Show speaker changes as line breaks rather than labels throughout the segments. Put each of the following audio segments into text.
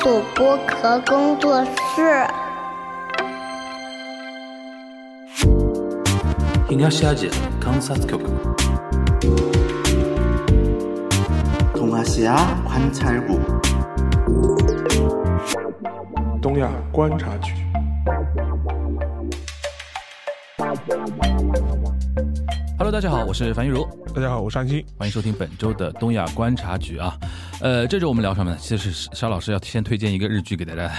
主播壳工作室。
東アジア観察局
동아시아 관찰국
东亚观察局。
Hello，大家好，我是樊玉茹，
大家好，我是安心。
欢迎收听本周的东亚观察局啊。呃，这周我们聊什么呢？其实是沙老师要先推荐一个日剧给大家，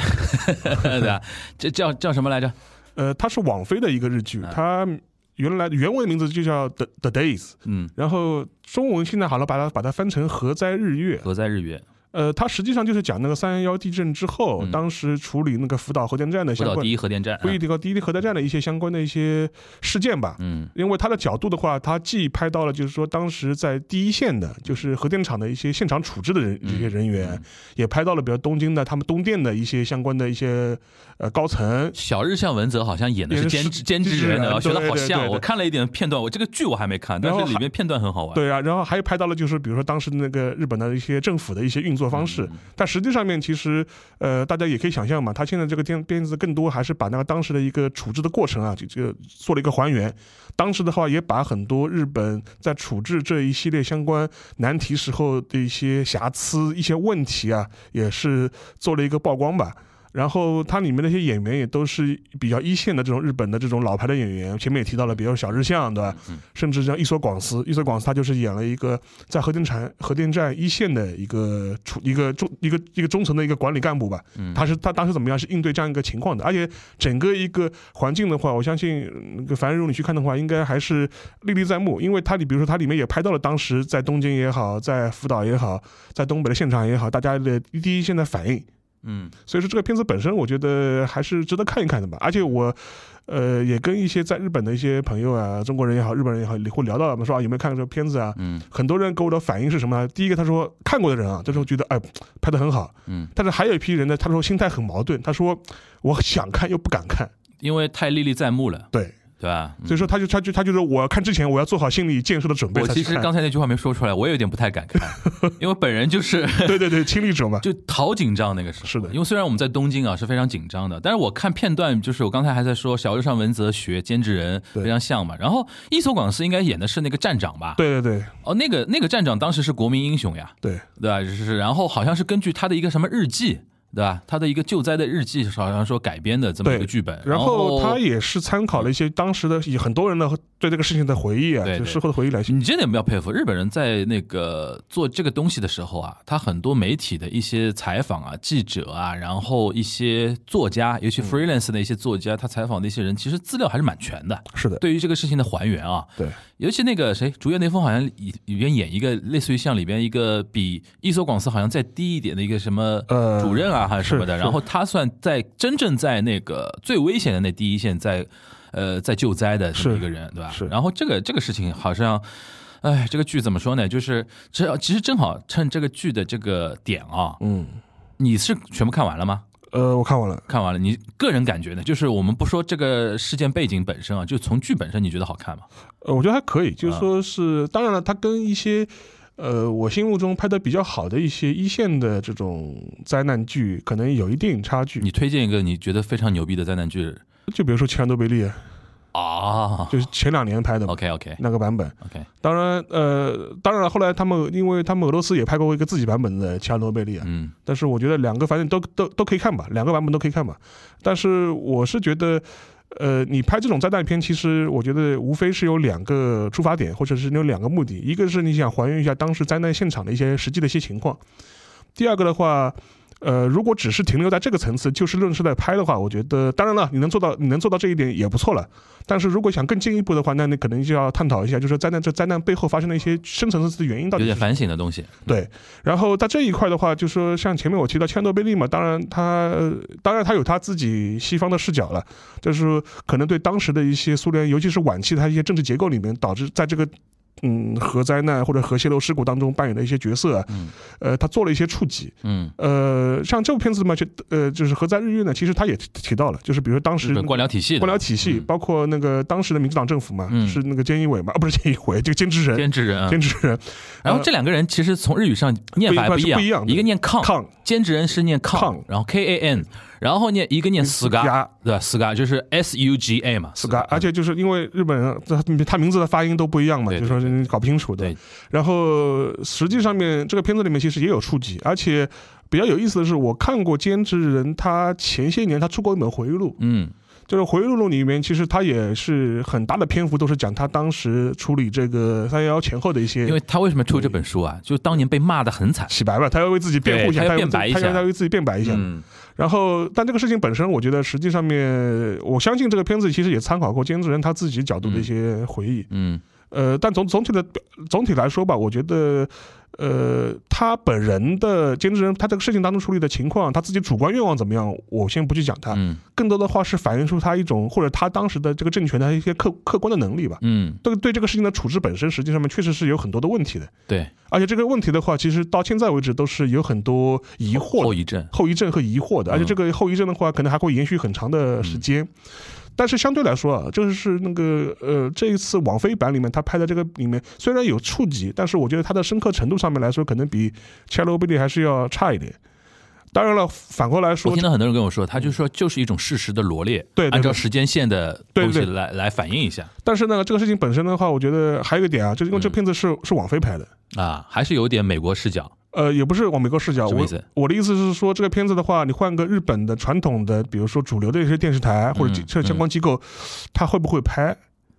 对吧？这叫叫什么来着？
呃，它是网飞的一个日
嗯
剧，它原来原文的名字就叫《The The Days》，
嗯，
然后中文现在好了，把它把它翻成《何在日月》。
何在日月，
呃，它实际上就是讲那个三幺幺地震之后，
嗯
当时处理那个福岛核电站的
福
相
岛
关
第一核电站，啊
第一个第一核电站的一些相关的一些事件吧。
嗯
因为它的角度的话，它既拍到了就是说当时在第一线的，就是核电厂的一些现场处置的人
嗯
这些人员，
嗯
也拍到了比如东京的他们东电的一些相关的一些呃高层，
小日向文则好像演的是
也是
监
是
监
监
制
制
人
人啊
的，我觉得
对
好
对对
像。
对
我看了一点片段，我这个剧我还没看，但
然
是
后
里面片段很好玩。
对啊，然后还有拍到了就是比如说当时的那个日本的一些政府的一些运作方式，
嗯
但实际上面其实呃大家也可以想象嘛，他现在这个片片子更多还是把那个当时的一个处置的过程啊，就这个做了一个还原。当时的话也把很多日本在处置这一系列相关难题时候的一些瑕疵、一些问题啊，也是做了一个曝光吧。然后它里面那些演员也都是比较一线的这种日本的这种老牌的演员，前面也提到了，比如小日向，对吧？甚至像伊索广司，伊索广司他就是演了一个在核电厂核电站一线的一个处一个中一个一个中层的一个管理干部吧。
嗯
他是他当时怎么样是应对这样一个情况的，而且整个一个环境的话，我相信嗯那个樊如你去看的话，应该还是历历在目，因为它里比如说它里面也拍到了当时在东京也好，在福岛也好，在东北的现场也好，大家的第一线的反应，
嗯，
所以说这个片子本身，我觉得还是值得看一看的吧。而且我，呃，也跟一些在日本的一些朋友啊，中国人也好，日本人也好，会聊到，我们说啊，有没有看过这个片子啊？
嗯，
很多人给我的反应是什么呢？第一个，他说看过的人啊，他说觉得哎拍的很好，
嗯，
但是还有一批人呢，他说心态很矛盾，他说我想看又不敢看，
因为太历历在目了，
对，
对吧？嗯
所以说他就他就他就说我要看之前我要做好心理建设的准备
我
才
其
去
实
看，
刚才那句话没说出来，我也有点不太敢 看，因为本人就是。
对对对，亲历 者嘛，
就好紧张那个时候，
是的
因为虽然我们在东京啊是非常紧张的，但是我看片段，就是我刚才还在说小日上文则学监制人
对
非常像嘛，然后伊索广司应该演的是那个站长吧？，
对对对
哦，那个那个站长当时是国民英雄呀，
对，
对吧？就是然后好像是根据他的一个什么日记，对吧？他的一个救灾的日记，好像说改编的这么一个
对
剧本，
然后
后
他也是参考了一些当时的以很多人的对这个事情的回忆啊，
对
就
对
事后的回忆来写。
你这点比较佩服日本人在那个做这个东西的时候啊，他很多媒体的一些采访啊、记者啊，然后一些作家，尤其 freelance 的一些作家，他采访的一些人，其实资料还是蛮全的。
是的，
对于这个事情的还原啊，
对，
尤其那个谁，竹原雷锋好像里里边演一个类似于像里边一个比伊索广司好像再低一点的一个什么
呃
主任啊，还是什么的，
是是
然后他算在真正在那个最危险的那第一线在，呃，在救灾的这么
是
一个人，对吧？
是
然后这个这个事情好像。哎，这个剧怎么说呢？就是这其实正好趁这个剧的这个点啊，
嗯，
你是全部看完了吗？
呃，我看完了。
看完了，你个人感觉呢？就是我们不说这个事件背景本身啊，就从剧本身，你觉得好看吗？
呃，我觉得还
啊
可以，就是说是，当然了，它跟一些，呃，我心目中拍的比较好的一些一线的这种灾难剧，可能有一定差距。
你推荐一个你觉得非常牛逼的灾难剧
就比如说《切尔诺贝利》，
啊
就是前两年拍的嘛
？OK OK
那个版本。
OK，
当然，呃，当然了，后来他们因为他们俄罗斯也拍过一个自己版本的《切尔诺贝利》啊，
嗯
但是我觉得两个反正都都都可以看吧，两个版本都可以看吧。但是我是觉得，呃，你拍这种灾难片，其实我觉得无非是有两个出发点，或者是你有两个目的，一个是你想还原一下当时灾难现场的一些实际的一些情况，第二个的话。呃，如果只是停留在这个层次，就事论事在拍的话，我觉得，当然了，你能做到，你能做到这一点也不错了。但是如果想更进一步的话，那你可能就要探讨一下，就是灾难这灾难背后发生的一些深层次的原因到
有
底是
点
什么。
反省的东西。
对，然后在这一块的话，就说像前面我提到切尔诺贝利嘛，当然他呃当然他有他自己西方的视角了，就是说可能对当时的一些苏联，尤其是晚期的它一些政治结构里面，导致在这个嗯核灾难或者核泄漏事故当中扮演的一些角色，
嗯
呃，他做了一些触及。
嗯，
呃，像这部片子嘛，就呃就是核灾日月呢，其实他也提提到了，就是比如说当时
日本官僚体系的
官僚体系，包括那个当时的民主党政府嘛，
嗯
是那个菅义伟嘛，啊不是菅义伟，这个菅直人，
兼职人啊，
菅直人
然后这两个人其实从日语上念法还
不一块是不一样
样，
的
一个念抗，
抗
兼职人是念抗
抗，嗯
然后 K A N，然后念一个念 suga，
suga
对吧？suga 就是 S U G A 嘛
斯嘎，而且就是因为日本人他他名字的发音都不一样嘛，
对
就
对
是说你搞不清楚的
对。
然后实际上面这个片子里面其实也有触及，而且比较有意思的是，我看过《兼职人》，他前些年他出过一本回忆录，
嗯
就是回忆录里面其实他也是很大的篇幅都是讲他当时处理这个三幺幺前后的一些
因为他为什么出这本书啊？就当年被骂的很惨，
洗白吧，他要为自己辩护一下，
对他要
他要为
辩
自己
白一
他
下
要他要为自己辩白一下。
嗯
然后，但这个事情本身，我觉得实际上面，我相信这个片子其实也参考过监制人他自己角度的一些回忆。
嗯
呃，但总总体的总体来说吧，我觉得，呃，他本人的监制人他这个事情当中处理的情况，他自己主观愿望怎么样，我先不去讲他。
嗯
更多的话是反映出他一种或者他当时的这个政权的一些客客观的能力吧。
嗯，
对对，这个事情的处置本身，实际上面确实是有很多的问题的，
对，
而且这个问题的话，其实到现在为止都是有很多疑惑的
后。遗症，
后遗症和疑惑的，
嗯
而且这个后遗症的话，可能还会延续很长的时间。但是相对来说啊，就是那个呃，这一次网飞版里面他拍的这个里面，虽然有触及，但是我觉得它的深刻程度上面来说，可能比《切罗贝利》还是要差一点。当然了，反过来
我
说嗯
听，到很多人跟我说，他就说就是一种事实的罗列，
对对对
按照时间线的东西
对对
来来反映一下
但是呢，这个事情本身的话，我觉得还有一点啊，就是因为这
嗯
片子是、是网飞拍的，
啊，还是有点美国视角，
呃，也不是往美国视角，
什么
我
意思
我的意思是说，这个片子的话，你换个日本的传统的，比如说主流的一些电视台或者
嗯
这相关机构，他会不会拍？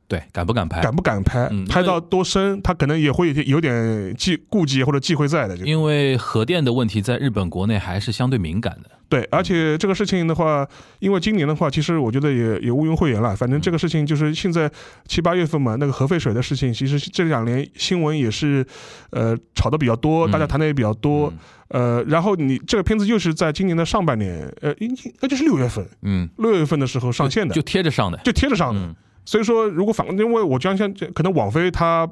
对，敢不敢拍？
敢不敢拍
嗯因为，
拍到多深，他可能也会有点有点忌顾忌或者忌讳在的。就
因为核电的问题在日本国内还是相对敏感的，
对，而且这个事情的话，因为今年的话，其实我觉得也也毋庸讳言了。反正这个事情就是现在七八月份嘛，那个核废水的事情，其实这两年新闻也是，呃，炒的比较多，
嗯
大家谈的也比较多。呃，然后你这个片子又是在今年的上半年，呃，应应那就是六月份，
嗯，
六月份的时候上线的，
就贴着上的，
就贴着上的。
嗯
所以说，如果反，因为我相信可能网飞它，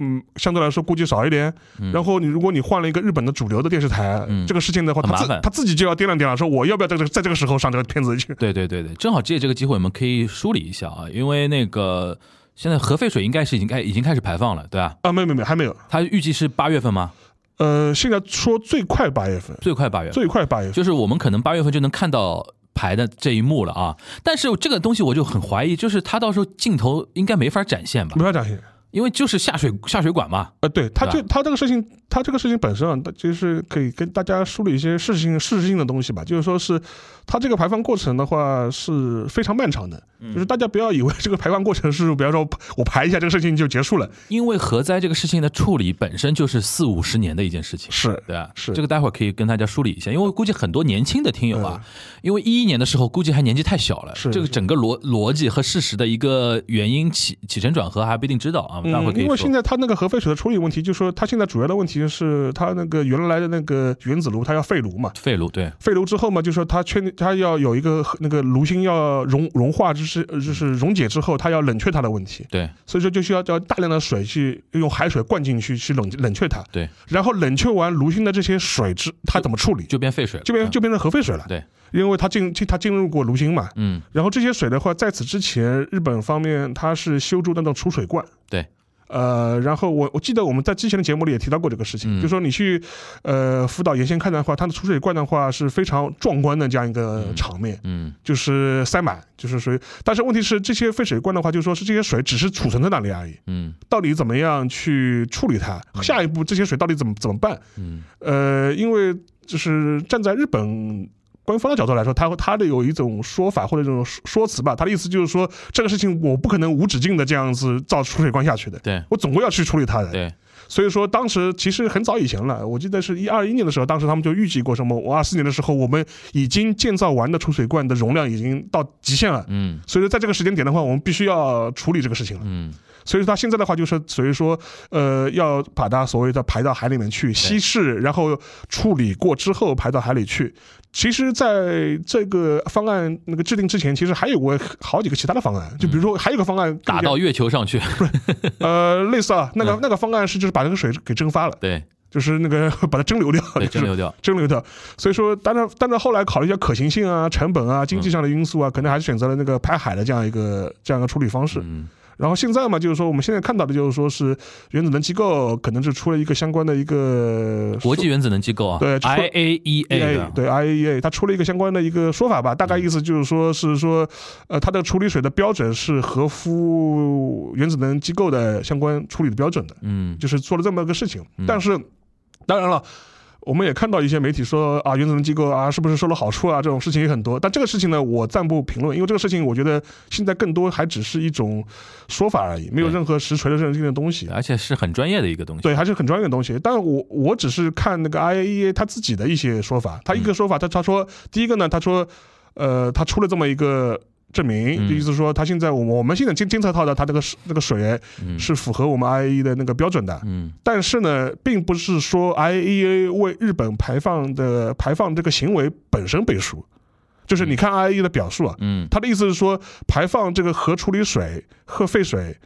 嗯，相对来说估计少一点。
嗯
然后你如果你换了一个日本的主流的电视台，
嗯
这个事情的话，
很
他
麻
自
烦
他自己就要掂量掂量，说我要不要在这个在这个时候上这个片子去？
对对对对，正好借这个机会，我们可以梳理一下啊，因为那个现在核废水应该是已经开已经开始排放了，对吧？
啊，没有没有没有，还没有。
它预计是八月份吗？
呃，现在说最快八月份，
最快八月份，
最快八月份。
就是我们可能八月份就能看到排的这一幕了啊。但是这个东西我就很怀疑，就是它到时候镜头应该没法展现吧
没，法展现，
因为就是下水下水管嘛。
呃，对，他
对
就
吧
他这个事情，他这个事情本身啊，它就是可以跟大家梳理一些事实性、事实性的东西吧。就是说是，它这个排放过程的话是非常漫长的，
嗯
就是大家不要以为这个排放过程是，比方说我排一下这个事情就结束了，
因为核灾这个事情的处理本身就是四五十年的一件事情，
是
对啊，
是
这个待会儿可以跟大家梳理一下，因为我估计很多年轻的听友啊，因为一一年的时候估计还年纪太小了，
是
这个整个逻逻辑和事实的一个原因起起承转合还不一定知道啊，待会儿可以
嗯因
说
为现。在它那个核废水的处理问题，就说它现在主要的问题是它那个原来的那个原子炉，它要废炉嘛。
废炉对，
废炉之后嘛，就说它确定它要有一个那个炉芯要融融化，就是呃就是溶解之后，它要冷却它的问题，
对，
所以说就需要要大量的水去用海水灌进去去冷冷却它。
对，
然后冷却完炉芯的这些水之，它怎么处理？
就变废水了。
就变就变成核废水了。
嗯对，
因为它进进它进入过炉芯嘛。
嗯，
然后这些水的话，在此之前，日本方面它是修筑那种储水罐。
对。
呃，然后我我记得我们在之前的节目里也提到过这个事情，
嗯
就说你去呃福岛沿线看的话，它的储水罐的话是非常壮观的这样一个场面，
嗯
就是塞满，就是属于。但是问题是，这些废水罐的话，就说是这些水只是储存在那里而已，
嗯
到底怎么样去处理它？下一步这些水到底怎么怎么办？
嗯
呃，因为就是站在日本官方的角度来说，他他的有一种说法或者这种说说辞吧，他的意思就是说，这个事情我不可能无止境的这样子造出水管下去的，
对
我总归要去处理它的。
对，
所以说，当时其实很早以前了，我记得是一二一年的时候，当时他们就预计过什么，我二四年的时候，我们已经建造完的储水罐的容量已经到极限了。
嗯
所以说，在这个时间点的话，我们必须要处理这个事情了。
嗯
所以说他现在的话就是，所以说呃，要把它所谓的排到海里面去稀释，然后处理过之后排到海里去。其实，在这个方案那个制定之前，其实还有过好几个其他的方案，就比如说还有个方案更
嗯打
加
到嗯月球上去，
呃类似啊，那个那个方案是就是把那个水给蒸发了，
对
就是那个把它蒸馏掉，
对，
哎就是
蒸馏掉，
蒸馏掉。所以说，当然，但是后来考虑一下可行性啊、成本啊、经济上的因素啊，可能还是选择了那个排海的这样一个这样一个处理方式。
嗯，
然后现在嘛，就是说我们现在看到的就是说是原子能机构可能是出了一个相关的一个
国际原子能机构啊，
对出
IAEA 的
E， EA，对 IAEA，它出了一个相关的一个说法吧，大概意思就是说是说，呃，它的处理水的标准是合乎原子能机构的相关处理的标准的。
嗯，
就是做了这么个事情。但是，当然了。我们也看到一些媒体说啊，原子能机构啊，是不是受了好处啊？这种事情也很多。但这个事情呢，我暂不评论，因为这个事情我觉得现在更多还只是一种说法而已，没有
对
任何实锤的认定的东西。
而且是很专业的一个东西，
对，还是很专业的东西。但我我只是看那个 IAEA 他自己的一些说法，他一
嗯
个说法，他他说第一个呢，他说，呃，他出了这么一个。证明
嗯
就意思说，他现在我们我们现在监监测到的，他这个是那个水
嗯
是符合我们 IAEA 的那个标准的，
嗯
但是呢，并不是说 IAEA 为日本排放的排放这个行为本身背书，就是你看 IAEA 的表述啊，
嗯
他的意思是说，排放这个核处理水、核废水，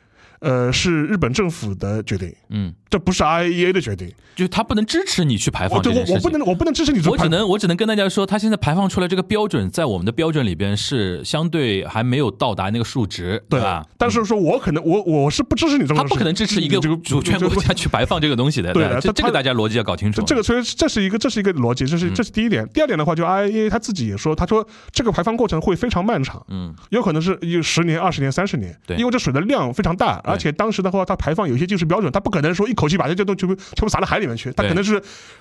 呃，是日本政府的决定，
嗯，
这不是 IAEA 的决定。
就是他不能支持你去排
我
放这
对
件事
我
情，
我不能我不能支持你这
我
排
只能我只能跟大家说，它现在排放出来这个标准，在我们的标准里边是相对还没有到达那个数值，
对
吧？
但是说我可能我我是不支持你这种事，
啊
嗯
他不可能支持一个
你这个
主权
这
国
个
家去排放这个东西的，
对
吧
的
这
他
这个
他
大家逻辑要搞清楚。啊
这这个所以这是一个这是一个逻辑，
嗯
这是这是第一点。第二点的话，就 IAEA 他自己也说，他说这个排放过程会非常漫长，
嗯，
有可能是有十年、二十年、三十年，
对
因为这水的量非常大，
对
而且当时的话，它排放有一些技术标准，它不可能说一口气把这些都全部全部撒到海里面去，它
对
可能是，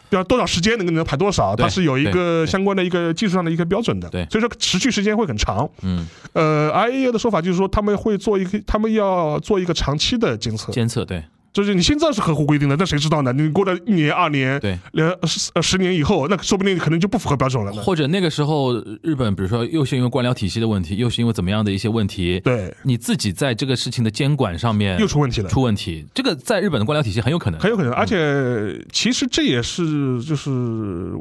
比方多少时间能能排多少，
对
它是有一
对对
个相关的一个技术上的一个标准的，
对
所以说持续时间会很长。
嗯，
呃，IAEA 的说法就是说他们会做一个，他们要做一个长期的监测，
监测对
就是你现在是合乎规定的，那谁知道呢？你过了一年、二年，
对，
呃十呃十年以后，那说不定可能就不符合标准了呢。
或者那个时候日本，比如说又是因为官僚体系的问题，又是因为怎么样的一些问题，
对，
你自己在这个事情的监管上面
又出问题了。
出问题，这个在日本的官僚体系很有可能，
很有可能，而且其实这也是就是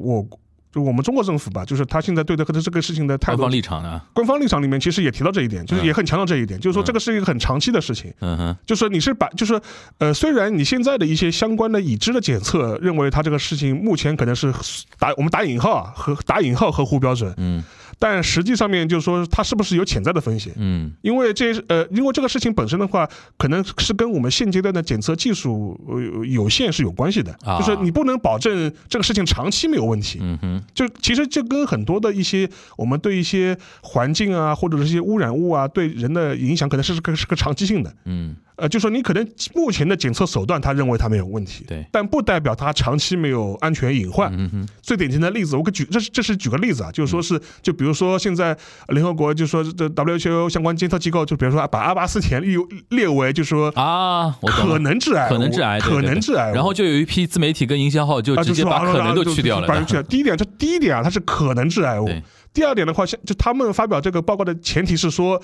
我就我们中国政府吧，就是他现在对这个这个事情的态
官
度，
方立嗯场啊呢，
官方立场里面其实也提到这一点，就是也很强调这一点，就是说这个是一个很长期的事情，
嗯哼，
就是你是把就是呃，虽然你现在的一些相关的已知的检测认为它这个事情目前可能是打我们打引号啊和打引号合乎标准，
嗯
但实际上面就是说它是不是有潜在的风险？
嗯
因为这呃，因为这个事情本身的话，可能是跟我们现阶段的检测技术呃有限是有关系的，
啊
就是你不能保证这个事情长期没有问题。
嗯哼，
就其实这跟很多的一些我们对一些环境啊，或者是一些污染物啊，对人的影响，可能是个是个长期性的。
嗯
呃，就说你可能目前的检测手段，他认为它没有问题，
对
但不代表它长期没有安全隐患。
嗯哼，
最典型的例子，我给举，这是这是举个例子啊，就是说
嗯
是，就比如说现在呃联合国就说这 WHO 相关监测机构，就比如说把阿巴斯田列列为就说
啊，我懂了
可能致癌物，
可能致癌，对
可
对
能
对
致癌物，
然后就有一批自媒体跟营销号就
啊
直
就
接
是
把可能
都
去掉了
百分之
的，
去掉。第一点，这第一点啊，它是可能致癌物
对。
第二点的话，像就他们发表这个报告的前提是说。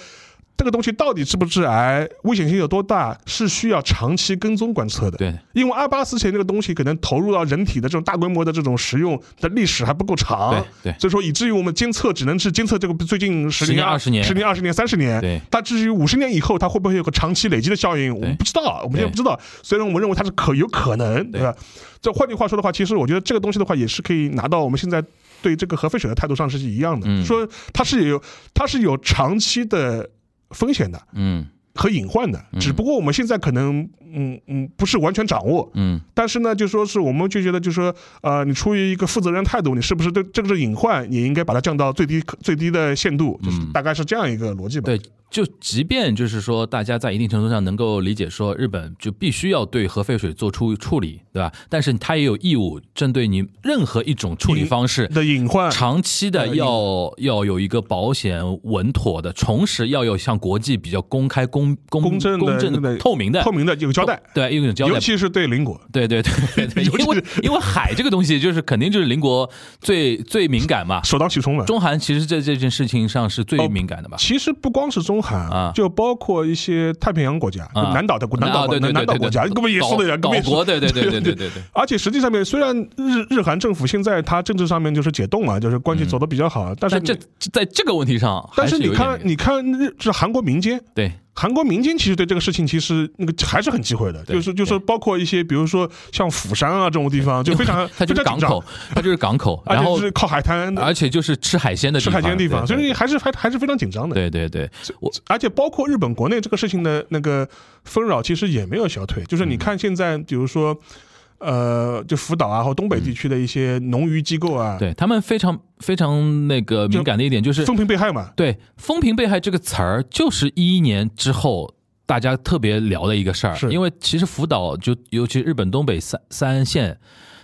这个东西到底致不致癌，危险性有多大，是需要长期跟踪观测的。
对，
因为阿巴斯前这个东西可能投入到人体的这种大规模的这种食用的历史还不够长，
对对
所以说以至于我们监测只能是监测这个最近十年、
10年20年
十年、二十年、三十年，
对
但至于五十年以后它会不会有个长期累积的效应，我
对
们不知道，我们现在
对
不知道。虽然我们认为它是可有可能，对吧？这换句话说的话，其实我觉得这个东西的话也是可以拿到我们现在。对这个核废水的态度上是一样的，
嗯
说它是有它是有长期的风险的
嗯
和隐患的，只不过我们现在可能嗯嗯不是完全掌握，
嗯
但是呢，就说是我们就觉得，就说呃，你出于一个负责任态度，你是不是对这个隐患也应该把它降到最低可最低的限度，就是大概是这样一个逻辑吧。
嗯对，就即便就是说，大家在一定程度上能够理解说，日本就必须要对核废水做出处理，对吧？但是它也有义务针对你任何一种处理方式。
的隐患，
长期的要要有一个保险稳妥的，同时要有向国际比较公开、公公
公正的
公正
那个
透明的
透明的有交交代，
对，有一种交代啊
尤，其是对邻国，
对对 对对对，
尤其
因为因为海这个东西就是肯定就是邻国最最敏感嘛，
首当其冲了。
中韩其实在这件事情上是最敏感的吧？
其实不光是中韩
啊
就包括一些太平洋国家、
啊
南岛哦的国、南岛
啊
国、
对对对
南岛
对
国
对
家，根本也是的呀，
岛
根本也是
岛国对对对对对
对
对对。
而且实际上面，虽然日日韩政府现在它政治上面就是解冻嘛，就是关系走的比较好，啊但是
但这
你
这在这个问题上还
但是
是
你
有一点那个，
看，你看日这韩国民间，
对
韩国民间其实对这个事情其实那个还是很忌讳的，
对
就是就是包括一些比如说像釜山啊这种地方，就非常
它
非
就是
常
港
紧张
口，，它就是港口，
而
然后啊
且是靠海滩的
而且就是吃海鲜的
吃海鲜的地方，
对
所以还是还还是非常紧张的。
对对对，
而且包括日本国内这个事情的那个纷扰，其实也没有消退。就是
嗯
你看现在，比如说，呃，就福岛啊，或东北
嗯
地区的一些农渔机构啊，
对他们非常非常那个敏感的一点就是，
风评被害嘛，
对“风评被害”这个词儿，就是一一年之后大家特别聊的一个事儿。
是
因为其实福岛就尤其日本东北三三县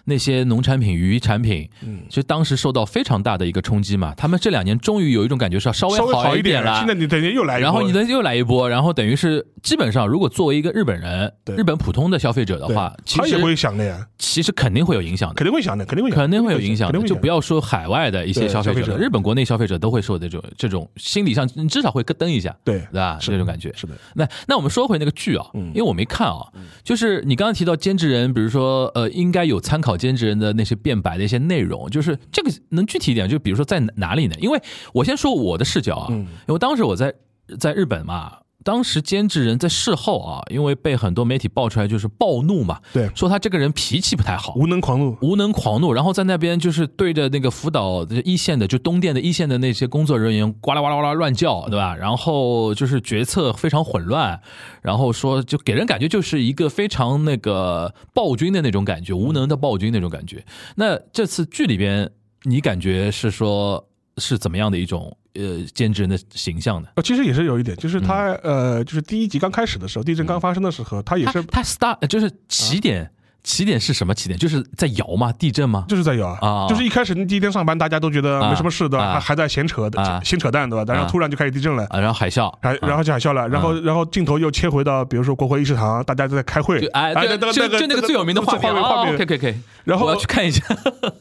那些农产品、渔产品，嗯，其实当时受到非常大的一个冲击嘛。他们这两年终于有一种感觉是要稍微
稍微
好
好一
点了，
现在你等于又来一波，
然后你的又来一波，然后等于是基本上，如果作为一个日本人、
对
日本普通的消费者的
对
话，其
他也
实
会想的呀，
其实肯定会有影响的
肯。定会想的，肯定会想的
肯定会有影响
肯
的，
定会
就不
要
要说海外的一些
对
消费
消费
者，
者
日本国内消费者都会受这种这种心理上，你至少会咯噔一下，
对
对吧？
是嗯
这种感觉。
是的，
那那我们说回那个剧啊，因为我没看啊，就是你刚刚提到兼职人，比如说呃，应该有参考兼职人的那些辩白的一些内容，就是这个能具体一点，就比如说在哪哪里呢？因为我先说我的视角
嗯
啊，因为当时我在在日本嘛。当时兼职人在事后啊，因为被很多媒体爆出来，就是暴怒嘛，
对
说他这个人脾气不太好，
无能狂怒，
无能狂怒，然后在那边就是对着那个福岛的一线的，就东电的一线的那些工作人员呱啦呱啦呱啦乱叫，对吧？然后就是决策非常混乱，然后说就给人感觉就是一个非常那个暴君的那种感觉，无能的暴君那种感觉。那这次剧里边，你感觉是说是怎么样的一种呃兼职人的形象呢？
呃，其实也是有一点，就是他呃，就是第一集刚开始的时候，地震刚发生的时候，他也
嗯他
是啊
他 start 呃就是起点、起点是什么起点？就是在摇吗？地震吗？
就是在有
啊
啊，就是一开始你第一天上班，大家都觉得嗯
啊
没什么事的，
啊
还还在闲扯
啊
的闲扯淡对吧？然
啊
后突然就开始地震了。
啊，然后海啸，
还然后就海啸了，然后然后镜头又切回到比如说国会议事堂，大家都在开会
就，哎，对
那个
就
个
就那个最有名的
画
画面，
画
可以
面。
可以可以。
然后
我要去 看一下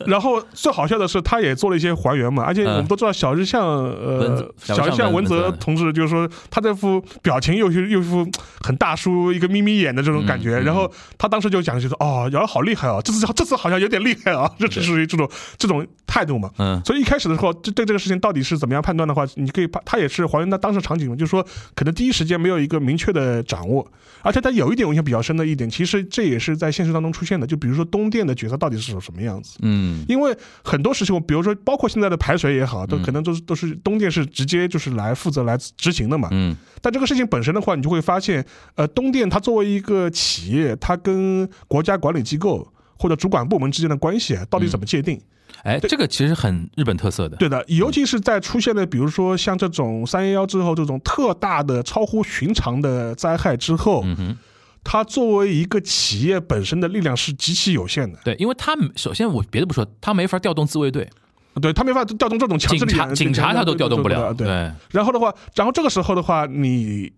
然后最好笑的是，他也做了一些还原嘛，而且
嗯
我们都知道小日向
文
呃
泽小
小
日
日
向
向
文
文
泽
泽
嗯
同志就是说他这副表情又是又一副很大叔一个眯眯眼的这种感觉，
嗯嗯
然后他当时就讲就说哦，姚好厉害哦，这次这次好像有点厉害 啊，这是属于这种这种态度嘛。
嗯
所以一开始的时候，就对这个事情到底是怎么样判断的话，你可以判，他也是还原他当时场景嘛，就是说可能第一时间没有一个明确的掌握，而且他有一点我印象比较深的一点，其实这也是在现实当中出现的，就比如说东电的角色到底是什么样子，
嗯
因为很多事情，比如说包括现在的排水也好，都可能都是都是东电是直接就是来负责来执行的嘛，
嗯
但这个事情本身的话，你就会发现，呃，东电它作为一个企业，它跟国家管理机构。或者主管部门之间的关系啊到底怎么界定？
哎，这个其实很日本特色的，
对的，尤其是在出现了比如说像这种三幺幺之后这种特大的、超乎寻常的灾害之后，
哼
它作为一个企业本身的力量是极其有限的，
对，因为他们首先我别的不说，他没法调动自卫队、
对他没法调动这种强
警
制力啊
察、
量，
警察，他都调动不了，
对，然后的话，然后这个时候的话，你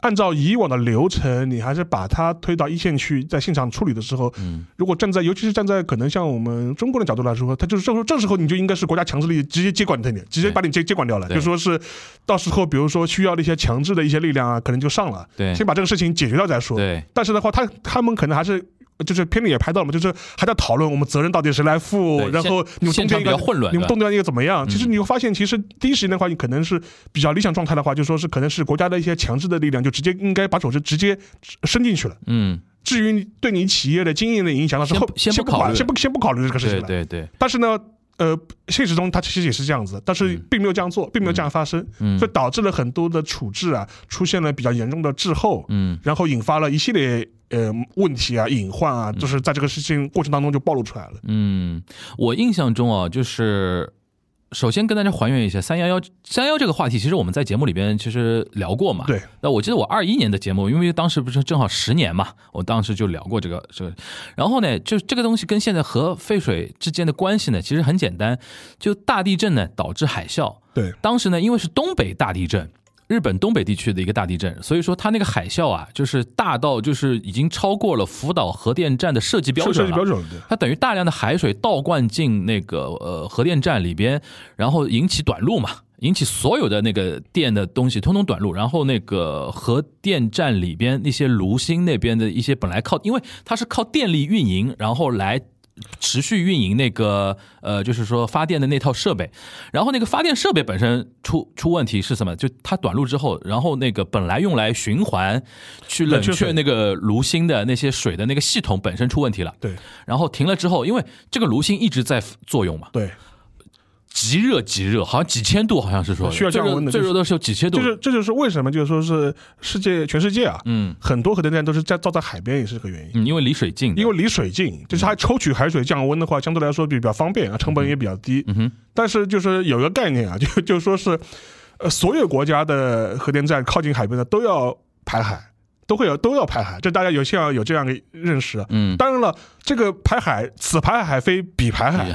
按照以往的流程，你还是把它推到一线去，在现场处理的时候，
嗯
如果站在，尤其是站在可能像我们中国的角度来说，它就是这时候这时候你就应该是国家强制力直接接管它，你直接把你接接管掉了，
对
就说是到时候比如说需要的一些强制的一些力量啊，可能就上了，
对
先把这个事情解决掉再说。
对
但是的话，他他们可能还是。就是片里也拍到了嘛，就是还在讨论我们责任到底谁来负
对，
然后
现
你们
现
中间
场
一
比较
个
混乱
你
对
们
吧
动掉一个怎么样？
嗯
其实你会发现，其实第一时间的话，你可能是比较理想状态的话，就说是可能是国家的一些强制的力量，就直接应该把手是直接呃伸进去了。
嗯，
至于对你企业的经营的影响，那是
先
后
不先不
不
考
管
虑
先不先不考虑这个事情
对
了。
对对，
但是呢，呃，现实中它其实也是这样子，但是
嗯
并没有这样做，并没有这样发生，所以导致了很多的处置啊出现了比较严重的滞后，
嗯，
然后引发了一系列呃问题啊、隐患啊，就是在这个事情过程当中就暴露出来了。
嗯，我印象中啊，就是首先跟大家还原一下三幺幺三幺这个话题，其实我们在节目里边其实聊过嘛。
对。
那我记得我二一年的节目，因为当时不是正好十年嘛，我当时就聊过这个这个。然后呢，就这个东西跟现在核废水之间的关系呢，其实很简单，就大地震呢导致海啸。
对
当时呢，因为是东北大地震。日本东北地区的一个大地震，所以说它那个海啸啊，就是大到就是已经超过了福岛核电站的设计标
设
准
计
了。
标准对。
它等于大量的海水倒灌进那个呃核电站里边，然后引起短路嘛，引起所有的那个电的东西通通短路，然后那个核电站里边那些炉心那边的一些本来靠，因为它是靠电力运营，然后来。持续运营那个呃，就是说发电的那套设备，然后那个发电设备本身出出问题是什么？就它短路之后，然后那个本来用来循环去冷
冷却
却
水
那个炉心的那些水的那个系统本身出问题了，
对
然后停了之后，因为这个炉心一直在作用嘛，
对，
极热极热，好像几千度，好像是说
需要
最
降温
热
的
最
就是
热的时候几千度
这，就这就是为什么就是说是世界全世界啊，
嗯
很多核电站都是在造在海边，也是这个原因。
嗯，因为离水近的，
因为离水近，就是它抽取海水降温的话，相对来说比比较方便啊，成本也比较低。
嗯哼，
但是就是有一个概念啊，就就说是，呃，所有国家的核电站靠近海边的都要排海，都会有都要排海，这大家有先要有这样的认识啊。
嗯
当然了，这个排海，此排海非彼排海，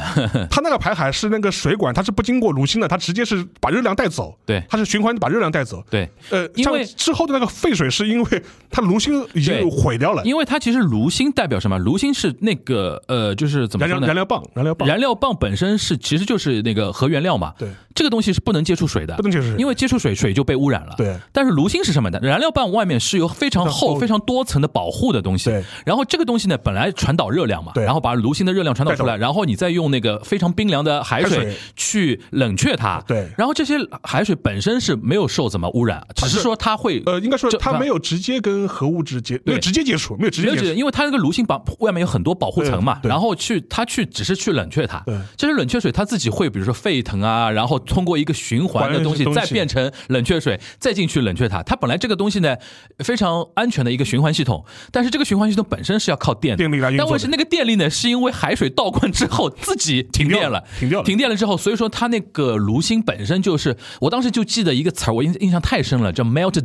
它那个排海是那个水管，它是不经过炉心的，它直接是把热量带走，
对
它是循环把热量带走。
对，
呃，
因为
像之后的那个废水是因为它炉心已
对
经毁掉了，
因为它其实炉心代表什么？炉心是那个呃，就是怎么
燃料
说呢？
燃料棒，燃料棒，
燃料棒本身是其实就是那个核原料嘛，
对，
这个东西是不能接触水的，
不能接触水
因为接触水水就被污染了。
对
但是炉心是什么呢？燃料棒外面是有非常厚、
厚
非常多层的保护的东西
对，
然后这个东西呢，本来传导热量嘛，
对
然后把炉心的热量传导出来，
带
然后你再用那个非常冰凉的海水
海水
去冷却它，
对
然后这些海水本身是没有受怎么污染，只是
是
说它会
呃，应该说
这
它没有直接跟核物质接，没有直接接触，没有直
没
接
有
接
解决，
触，
因为它那个炉心把外面有很多保护层嘛，
对对
然后去它去只是去冷却它
对，
这些冷却水它自己会比如说沸腾啊，然后通过一个循环的东西
环绕性
再
东西
变成冷却水，再进去冷却它。它本来这个东西呢非常安全的一个循环系统，但是这个循环系统本身是要靠电的
电力来运作
但
的
问题是那个电力呢是因为海水倒灌之后自己停电了，
停掉了
停电了之后，所以说它那个炉心本身就是，我当时就记得一个词儿，我印印象太深了，叫 melt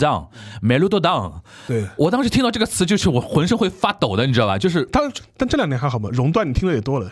down，melt down。
对。
我当时听到这个词，就是我浑身会发抖的，你知道吧？就是，
但但这两年还好嘛，熔断你听的也 多了，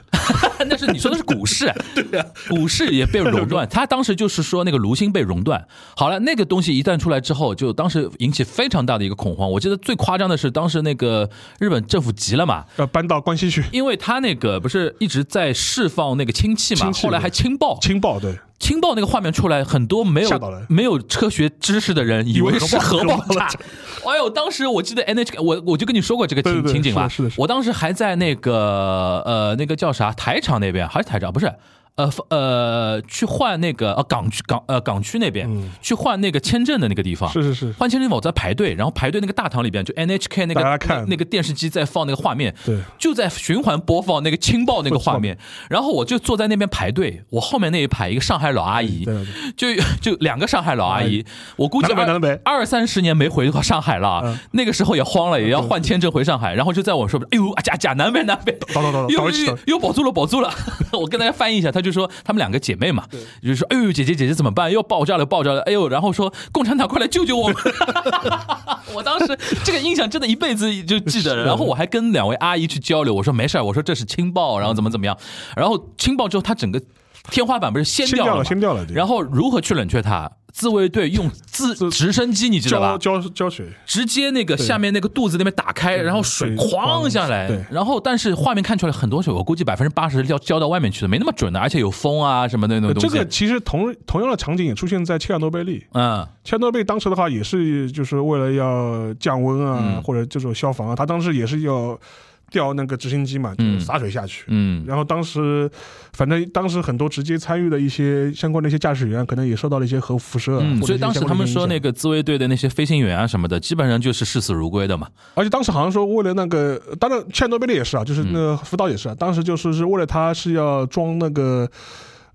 但是你说的是股市，对呀，股市也被熔断。他当时就是说那个炉心被熔断。好了，那个东西一旦出来之后，就当时引起非常大的一个恐慌。我记得最夸张的是，当时那个日本政府急了嘛，
要呃搬到关西去
因为他那个不是一直在释放那个氢气嘛，
氢气
后来还氢爆，
氢爆，对，
氢爆那个画面出来，很多没有
吓到了
没有科学知识的人以为是核爆
以为核爆
炸
炸。
哎呦，当时我记得 NHK，我我就跟你说过这个
对
情
对对
情景吧
是的是的是，的
我当时还在那个呃那个叫啥台场那边，还是台场不是。呃呃，去换那个呃港区港呃港区那边、
嗯
去换那个签证的那个地方，
是是是，
换签证我在排队，然后排队那个大堂里边，就 NHK 那个
大家看
那那个电视机在放那个画面，
对
就在循环播放那个轻爆那个画面，然后我就坐在那边排队，我后面那一排一个上海老阿姨
哎对对，哎
就就两个上海老阿姨，我估计
南北
二
南北
二三十年没回过上海了
嗯，
那个时候也慌了，也要换签证回上海，然后就在我说，哎呦，啊假假南北南北，
到到到到
又
到一
又
起到
又保住了，保住了。 我跟大家翻译一下，他就说他们两个姐妹嘛，就说哎呦姐姐姐姐怎么办？又爆炸了，爆炸了！哎呦，然后说共产党快来救救我们！ 我当时这个印象真的一辈子就记得了。然后我还跟两位阿姨去交流，我说没事儿，我说这是氢爆，然后怎么怎么样。然后氢爆之后，它整个天花板不是掀
掀
掉
掉
了
了，
吗，
掀掉了，对
然后如何去冷却它？自卫队用自
自
直升机，你知道吧
浇？浇浇水，
直接那个下面那个肚子那边打开，然后水
水
哐
哐
下来
对，
然后但是画面看出来很多水，我估计百分之八十要浇到外面去的，没那么准的，而且有风啊什么的那种
这
东西。
个其实同同样的场景也出现在切尔诺贝利，
嗯，
切尔诺贝利当时的话也是就是为了要降温啊，
嗯
或者这种消防啊，他当时也是要调那个直升机嘛，就
嗯
是洒水下去。
嗯
然后当时，反正当时很多直接参与的一些相关的一些驾驶员，可能也受到了一些核辐射啊、
嗯，
或者
所以
一些
当时
相关
他
的
们
影
说
响
那个自卫队的那些飞行员啊什么的，基本上就是视死如归的嘛。
而且当时好像说为了那个，当然切尔诺贝利也是啊，就是那个福岛也是啊，当时就是是为了他是要装那个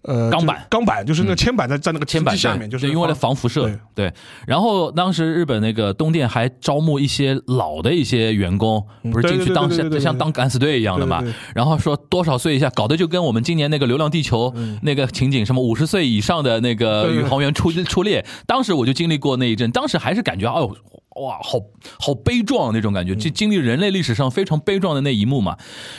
呃
钢板
就是钢板就是那个铅板在在那个
铅板
直升机下面，就是
对因为了
防
防辐射
对。
对，然后当时日本那个东电还招募一些老的一些员工，
嗯
不是进去当
对对对对对
像
对
像当敢死队一样的嘛
对对对，
然后说多少岁以下，搞得就跟我们今年那个《流浪地球》那个情景，什么五十岁以上的那个
嗯对对
宇
对
航员出出列。当时我就经历过那一阵，当时还是感觉，哦。哇，好好悲壮那种感觉，
嗯
这经历人类历史上非常悲壮的那一幕嘛。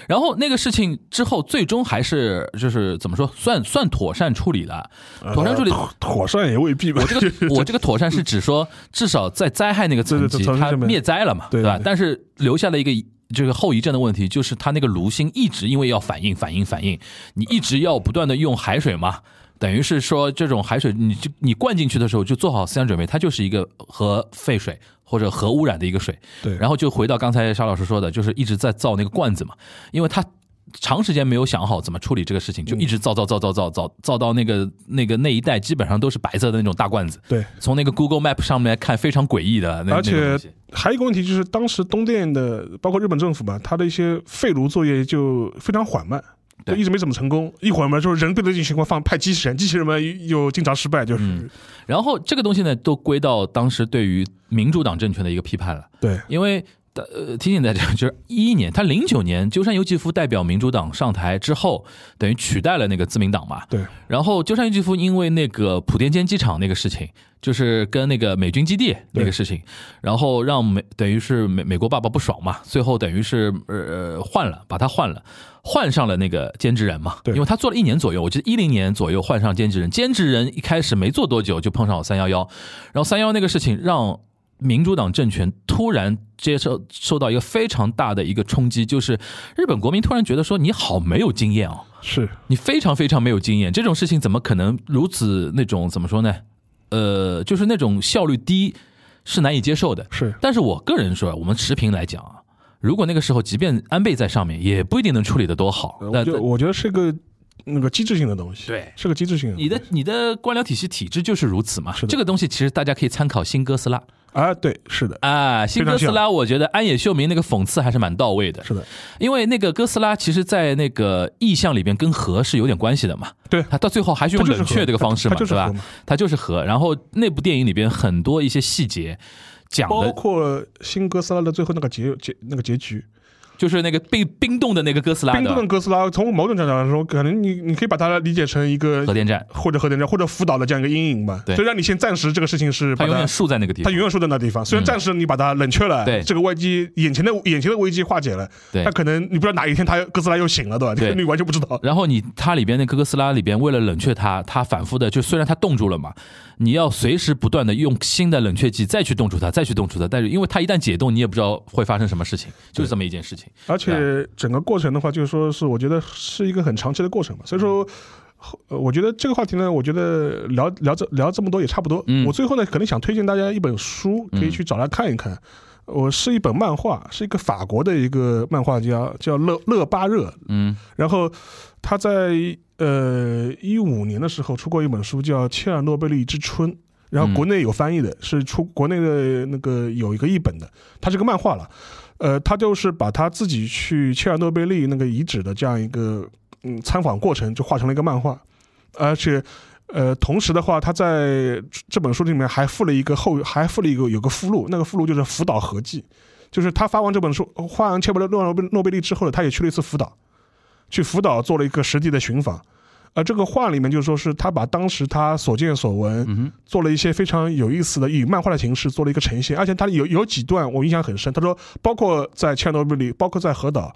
然后那个事情之后，最终还是就是怎么说，算算妥善处理了，妥善处理。
呃妥妥善也未必吧。
我这个我这个妥善是指说，至少在灾害那个层
对
级，
对对
它灭灾了嘛，
对对
吧
对？
但是留下了一个这个后遗症的问题，就是它那个炉芯一直因为要反应、反应、反应，你一直要不断的用海水嘛。等于是说，这种海水，你就你灌进去的时候就做好思想准备，它就是一个核废水或者核污染的一个水。
对
然后就回到刚才沙老师说的，就是一直在造那个罐子嘛，因为他长时间没有想好怎么处理这个事情，就一直造造造造造造造到那个那个那一带基本上都是白色的那种大罐子。
对，
从那个 Google Map 上面看，非常诡异的那
而
那种
且
东西
还有一个问题就是，当时东电的包括日本政府吧，它的一些废炉作业就非常缓慢。就
对
一直没怎么成功，一会儿嘛就是人对这种情况放派机器人，机器人嘛又经常失败，就是、
嗯然后这个东西呢，都归到当时对于民主党政权的一个批判了。
对
因为呃，提醒大家，就是一一年，他零九年鸠山由纪夫代表民主党上台之后，等于取代了那个自民党嘛。
对。
然后鸠山由纪夫因为那个普天间机场那个事情，就是跟那个美军基地那个事情，然后让美等于是美美国爸爸不爽嘛，最后等于是呃换了，把他换了。换上了那个兼职人嘛，
对
因为他做了一年左右，我记得一零年左右换上兼职人。兼职人一开始没做多久就碰上三幺幺，然后三幺那个事情让民主党政权突然接受受到一个非常大的一个冲击，就是日本国民突然觉得说你好没有经验哦，
是
你非常非常没有经验，这种事情怎么可能如此那种怎么说呢？呃，就是那种效率低是难以接受的。
是
但是我个人说，我们持平来讲啊，如果那个时候即便安倍在上面，也不一定能处理得多好。
呃我
那
觉得我觉得是个那个机制性的东西，
对
是个机制性的东西。
你的你的官僚体系体制就是如此嘛
是。的
这个东西其实大家可以参考新哥斯拉
啊，对，是的，
啊，新哥斯
非常
拉，我觉得安野秀明那个讽刺还是蛮到位的。
是的，
因为那个哥斯拉其实，在那个意象里边跟核是有点关系的嘛。
对
他到最后还是用
它就是
冷却
核
这个方式嘛，
它它就是
对吧
核嘛？
他就是核。然后那部电影里边很多一些细节讲
包
的，
括新哥斯拉的最后那个结结那个结局，
就是那个被冰冻的那个哥斯拉
冰冻的
的
哥斯拉，从某种角度来说，可能你你可以把它理解成一个
核电站，
或者核电站或者福岛的这样一个阴影吧，
对
就让你先暂时这个事情是
他
把
永
它
远竖在那个地
它
方
永。远说在那地方，虽然暂时你把它冷却了，
对
这个危机眼前的眼前的危机化解了，
对
但可能你不知道哪一天它哥斯拉又醒了，对吧？
对啊
你完全不 知道，
然后你它里边那个哥斯拉里边，为了冷却它，它反复的就虽然它冻住了嘛，你要随时不断的用新的冷却剂再去冻住它，再去冻住它，但是因为它一旦解冻，你也不知道会发生什么事情，就是这么一件事情。
而且整个过程的话，就是说是我觉得是一个很长期的过
嗯
程吧，所以说。呃我觉得这个话题呢，我觉得聊聊这聊这么多也差不多。
嗯
我最后呢，可能想推荐大家一本书，可以去找来看一
嗯
看。我是一本漫画，是一个法国的一个漫画家，叫勒勒巴热。
嗯
然后他在呃一五年的时候出过一本书，叫《切尔诺贝利之春》。然后国内有翻译的，是出国内的那个有一个译本的，它是个漫画了，呃，他就是把他自己去切尔诺贝利那个遗址的这样一个嗯参访过程，就画成了一个漫画，而且呃，同时的话，他在这本书里面还附了一个后，还附了一个有个附录，那个附录就是福岛合记，就是他发完这本书，画完切尔诺贝诺贝利之后呢，他也去了一次福岛，去福岛做了一个实地的寻访。而这个画里面就说是他把当时他所见所闻，
嗯
做了一些非常有意思的，以漫画的形式做了一个呈现，而且他有有几段我印象很深。他说，包括在切尔诺贝利，包括在核岛，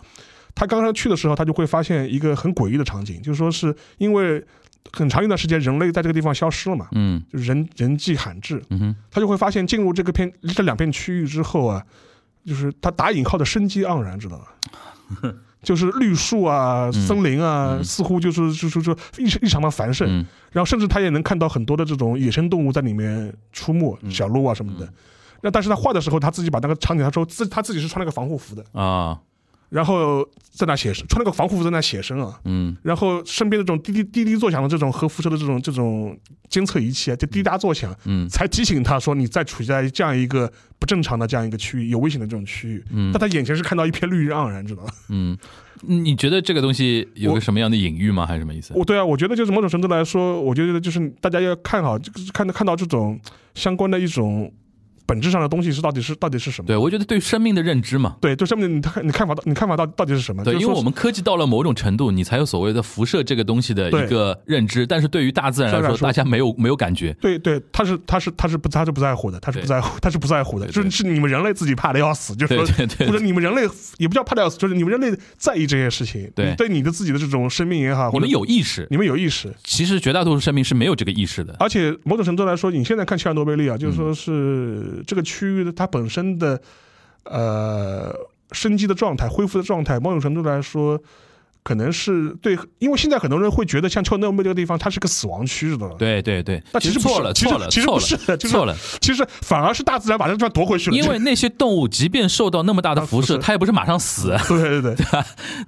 他刚刚去的时候，他就会发现一个很诡异的场景，就是说是因为很长一段时间人类在这个地方消失了嘛，
嗯
就人人迹罕至，
嗯哼
他就会发现进入这个片这两片区域之后啊，就是他打引号的生机盎然，知道吗？就是绿树啊、森林啊，似乎就是就是说异常异常的繁盛，
嗯
然后甚至他也能看到很多的这种野生动物在里面出没，小鹿啊什么的。那但是他画的时候，他自己把那个场景，他说自他自己是穿了个防护服的，
啊
然后在那写生，穿了个防护服在那写生啊。
嗯
然后身边这种滴滴滴滴作响的这种核辐射的这种这种监测仪器啊，就滴答作响，
嗯
才提醒他说你在处在这样一个不正常的这样一个区域，有危险的这种区域。
嗯
但他眼前是看到一片绿意盎然，知道吧？
嗯，你觉得这个东西有个什么样的隐喻吗？还是什么意思？
我对啊，我觉得就是某种程度来说，我觉得就是大家要看好，就是看看到这种相关的一种本质上的东西是到底是到底是什么？
对，我觉得对生命的认知嘛，
对，就上面你看你看法到你看法到到底是什么？
对，
啊就是
因为
说
我们科技到了某种程度，你才有所谓的辐射这个东西的一个认知，但是对于大自然来
虽
说，
然说
大家没有没有感觉。
对对，他是他是他是不他是不在乎的，他是不
对
在乎他是不在乎的，
对
就
对
是是你们人类自己怕的要死，就是
对
说
对对
或者你们人类也不叫怕的要死，就是你们人类在意这些事情，
对
你对你的自己的这种生命也好，
你
或者
们有意识，
你们啊有意识，
其实绝大多数生命是没有这个意识的。
而且某种程度来说，你现在看切尔诺贝利啊，就是
嗯
说是这个区域的它本身的呃生机的状态、恢复的状态，某种程度来说，可能是对，因为现在很多人会觉得像切尔诺贝利这个地方，它是个死亡区，知道吧？
对对对，
那其实不是
错了，
其实
错了，
其实
错了，
不是的就是
错了，
其实反而是大自然把这个地方夺回去了，
因为那些动物即便受到那么大的辐
啊
射，
不是
它也不是马上死，
就 对对对对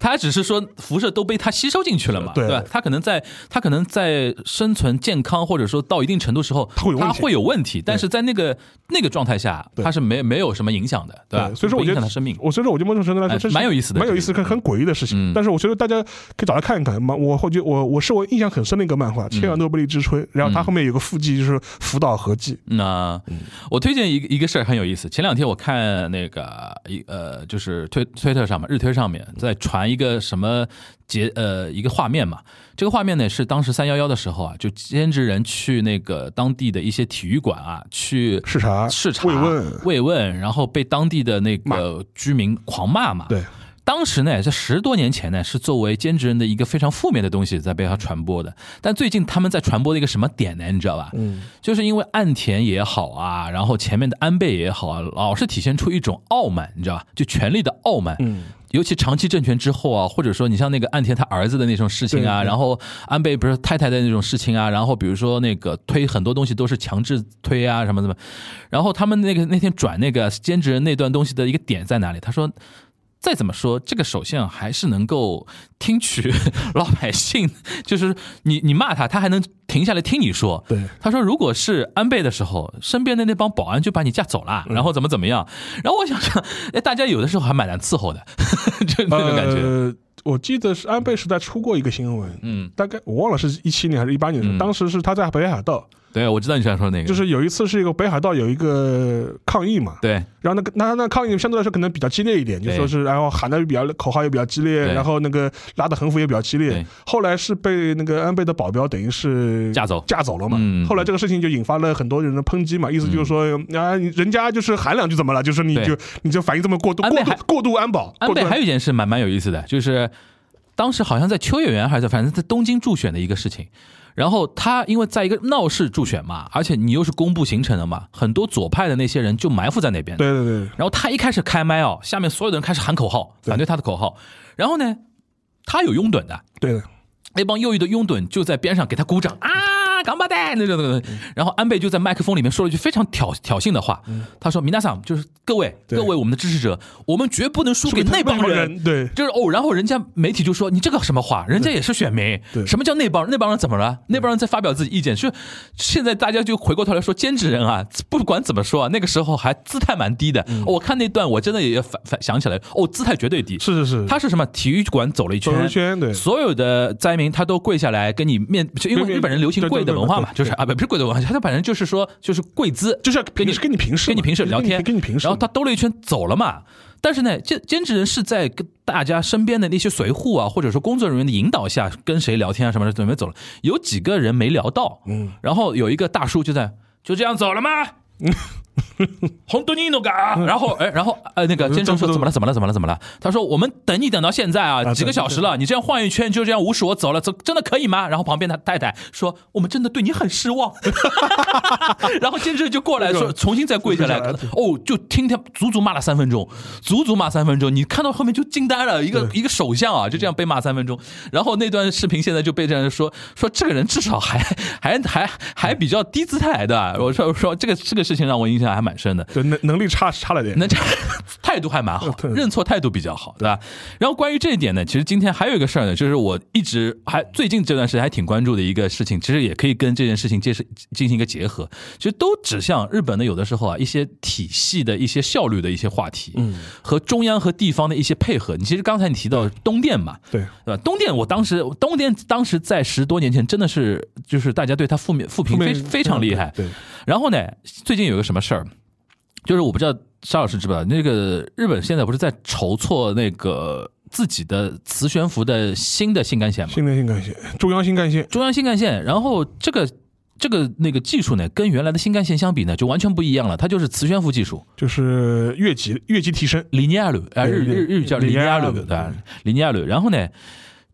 它只是说辐射都被它吸收进去了嘛，
对
吧？它可能在它可能在生存健康或者说到一定程度时候，
它会有问
它
题
会有问题，但是在那个那个状态下，
对
它是没没有什么影响的，吧？
所以说我
不
觉
影响
得
它生命。
我所以说我觉得某种程度来
哎
说，这是
蛮有意思的
蛮有意思，
这个
很很诡异的事情。
嗯
但是我觉得大家可以找来看一看嘛。我会觉得我我是我印象很深的一个漫画《切
嗯
尔诺贝利之春》，然后它后面有个附记就是福岛核记，
那嗯啊
嗯
我推荐一个一个事儿很有意思。前两天我看那个一呃，就是推推特上面，日推上
嗯
面在传一个什么截呃一个画面嘛。这个画面呢是当时三幺幺的时候啊，就兼职人去那个当地的一些体育馆啊去
视察
视察
慰问
慰问，然后被当地的那个居民狂骂嘛。
对。
当时呢，在十多年前呢，是作为兼职人的一个非常负面的东西在被他传播的。但最近他们在传播的一个什么点呢？你知道吧？嗯，就是因为岸田也好啊，然后前面的安倍也好啊，老是体现出一种傲慢，你知道吧？就权力的傲慢。嗯。尤其长期政权之后啊，或者说你像那个岸田他儿子的那种事情啊，
对对
然后安倍不是太太的那种事情啊，然后比如说那个推很多东西都是强制推啊，什么什么，然后他们那个那天转那个兼职人那段东西的一个点在哪里？他说，再怎么说，这个首相还是能够听取 老百姓， 就是你你骂他，他还能停下来听你说。
对
他说，如果是安倍的时候，身边的那帮保安就把你架走了，
嗯
然后怎么怎么样。然后我想 想，哎，大家有的时候还蛮难伺候的， 就那种感觉。
呃，我记得是安倍时代出过一个新闻，
嗯，
大概我忘了是一七年还是一八年的时候，
嗯
当时是他在北海道，
对，我知道你想说那个，
就是有一次是一个北海道有一个抗议嘛，
对
然后那个那那抗议相对来说可能比较激烈一点，就
对
说是然后喊的比较口号也比较激烈，
对
然后那个拉的横幅也比较激烈
对。
后来是被那个安倍的保镖等于是
架走
架走了嘛。
嗯
后来这个事情就引发了很多人的抨击嘛，意思就是说、啊，你人家就是喊两句怎么了？就是你
对
就你就反应这么过度
安倍
过度
还
过度安保，
安
过度
倍
安
还有一件事蛮蛮有意思的，就是当时好像在秋叶原还是在，反正在东京助选的一个事情。然后他因为在一个闹市助选嘛，而且你又是公布行程的嘛，很多左派的那些人就埋伏在那边。
对对对。
然后他一开始开麦哦，下面所有的人开始喊口号，
对
反对他的口号。然后呢，他有拥趸的，
对的，
那帮右翼的拥趸就在边上给他鼓掌
嗯
啊，干巴蛋那种那种。然后安倍就在麦克风里面说了一句非常挑挑衅的话，他说：“米娜桑，就是各位
嗯对
各位我们的支持者，我们绝不能输给
输给
那
那
帮
帮
人。
人 对
就是哦，然后人家媒体就说你这个什么话，人家也是选民，
对
什么叫那帮那帮人怎么了？那帮人在发表自己意见，是现在大家就回过头来说兼职人啊，不管怎么说啊，那个时候还姿态蛮低的。
嗯
哦我看那段我真的也反反想起来，哦，姿态绝对低，
是是是，
他是什么？体育馆走了一圈，
走了一圈对
所有的灾民他都跪下来跟你面，就因为
对
日本人流行
对对
跪的文化嘛，
对对
就是
对
啊，不不是跪的文化，他反正就是说就是跪姿，
就是要
跟你
平时跟你平视嘛
跟你平视
就是
聊天，
跟你跟你平视
然后他兜了一圈走了嘛。但是呢，兼兼职人是在跟大家身边的那些随护啊，或者说工作人员的引导下，跟谁聊天啊什么的，准备走了。有几个人没聊到，嗯，然后有一个大叔就在就这样走 了吗？红多尼诺嘎，然后哎，然后呃，那 个
嗯
先生说
这不都
怎么了？怎么了？怎么了？怎么了？他说我们等你等到现在啊，
啊
几个
对
小时了，你这样晃一圈就这样无视我走了，这真的可以吗？然后旁边他太太说我们真的对你很失望， 然后兼职就过来说重新再跪下来
跪下，
哦，就听他足足骂了三分钟，足足骂三分钟，你看到后面就惊呆了，一个
对
一个首相啊，就这样被骂三分钟，然后那段视频现在就被这样说说这个人至少还还还还比较低姿态的，我说我说这个这个事情让我印象还蛮深的，
对能能力差差了点，
那这态度还蛮好
呃，对
认错态度比较嗯好，对吧？然后关于这一点呢，其实今天还有一个事儿呢，就是我一直还最近这段时间还挺关注的一个事情，其实也可以跟这件事情接是进行一个结合，其实都指向日本的有的时候啊一些体系的一些效率的一些话题，嗯，和中央和地方的一些配合。你其实刚才你提到东电嘛，
对
对吧？东电，我当时东电当时在十多年前真的是就是大家对它负面负评
后
非
面嗯
非常厉害，
对，
然后呢，最近有个什么事儿，就是我不知道沙老师知不知道，那个日本现在不是在筹措那个自己的磁悬浮的新的新干线吗？
新的新干线，中央新干线，
中央新干线，然后这个这个那个技术呢，跟原来的新干线相比呢，就完全不一样了，它就是磁悬浮技术。
就是越级越级提升，
里尼亚鲁啊，
对
日
对
日日语叫里尼亚鲁
里尼亚鲁
对吧？里尼亚鲁。然后呢，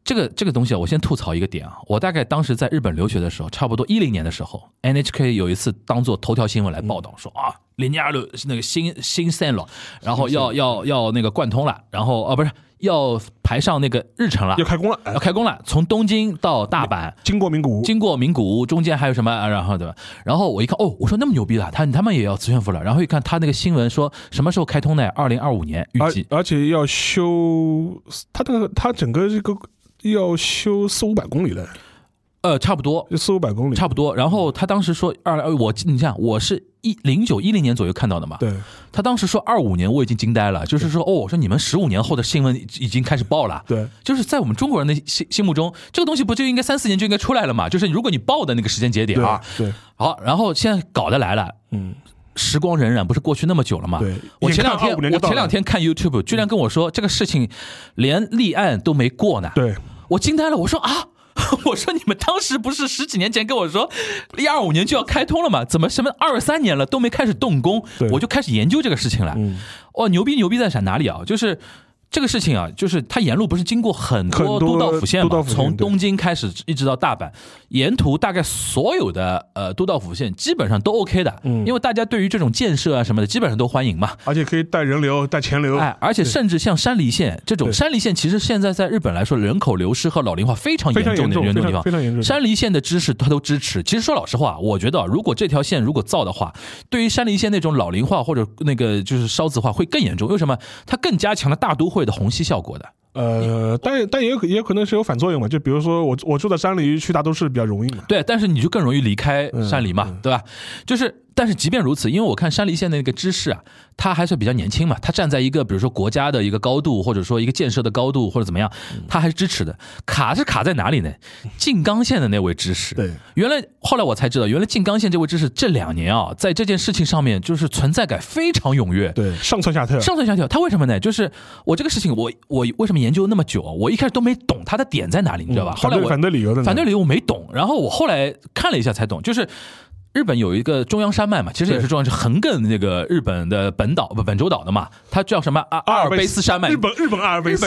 这个这个东西啊，我先吐槽一个点啊，我大概当时在日本留学的时候，差不多一零年的时候，NHK 有一次当做头条新闻来报道说啊，里尼亚鲁是那个新新线了，然后要要要那个贯通了，然后啊不是要排上那个日程了
要，开工了。哎
要开工了，从东京到大阪。
经过名古屋，
经过名古屋，中间还有什么？啊然后对吧？然后我一看，哦，我说那么牛逼了，他他们也要磁悬浮了。然后一看他那个新闻说什么时候开通呢？二零二五年预
而
计。
而且要修，它这个它整个这个要修四五百公里了，
呃，差不多，
就四五百公里，
差不多。然后他当时说二，呃我你想，我是一零九一零年左右看到的嘛。
对，
他当时说二五年，我已经惊呆了，就是说，哦，我说你们十五年后的新闻已已经开始报了。
对，
就是在我们中国人的心心目中，这个东西不就应该三四年就应该出来了嘛？就是如果你报的那个时间节点
对
啊，，
对，
好，然后现在搞得来了，
嗯，
时光荏苒，不是过去那么久了吗？
对
我前两天
眼看25年
我
就到了
前两天看 YouTube，居然跟我说这个事情连立案都没过呢。，
对，
我惊呆了，我说啊。 我说你们当时不是十几年前跟我说，一二五年就要开通了嘛？怎么什么二三年了都没开始动工
对，
我就开始研究这个事情了。
嗯，
哇，牛逼牛逼在啥哪里啊？就是这个事情啊，就是它沿路不是经过很
很多
多都道府县
都道
嘛，
府县
从
对
东京开始一直到大阪，沿途大概所有的呃都道府县基本上都 OK 的，
嗯
因为大家对于这种建设啊什么的基本上都欢迎嘛。
而且可以带人流，带钱流，
哎，而且甚至像山梨县这种，
对
山梨县其实现在在日本来说，人口流失和老龄化非常
非常
严重
严
的严
重，非
重的地方
常非。常严重。
山梨县的知识他都支持。其实说老实话，我觉得啊如果这条线如果造的话，对于山梨县那种老龄化或者那个就是烧子化会更严重。为什么？它更加强了大都会的虹吸效果的。
呃，但但也有可也有可能是有反作用嘛，就比如说我我住在山里，去大都市比较容易嘛，
对，但是你就更容易离开
嗯
山梨嘛，对吧？就是，但是即便如此，因为我看山梨县的那个知识啊，他还是比较年轻嘛，他站在一个比如说国家的一个高度，或者说一个建设的高度，或者怎么样，
嗯
他还是支持的。卡是卡在哪里呢？静冈县的那位知识，
对，
原来后来我才知道，原来静冈县这位知识这两年啊，在这件事情上面就是存在感非常踊跃，
对，上蹿下跳，
上蹿下跳，他为什么呢？就是我这个事情我，我为什么研究那么久啊？我一开始都没懂他的点在哪里，你知道吧？
嗯
后来
反对
我
反对理由在哪里
反对理由我没懂，然后我后来看了一下才懂，就是。日本有一个中央山脉嘛，其实也是中央，是横亘那个日本的本岛、不本州岛的嘛，它叫什么阿阿尔卑斯山脉
日。本日本阿尔卑斯，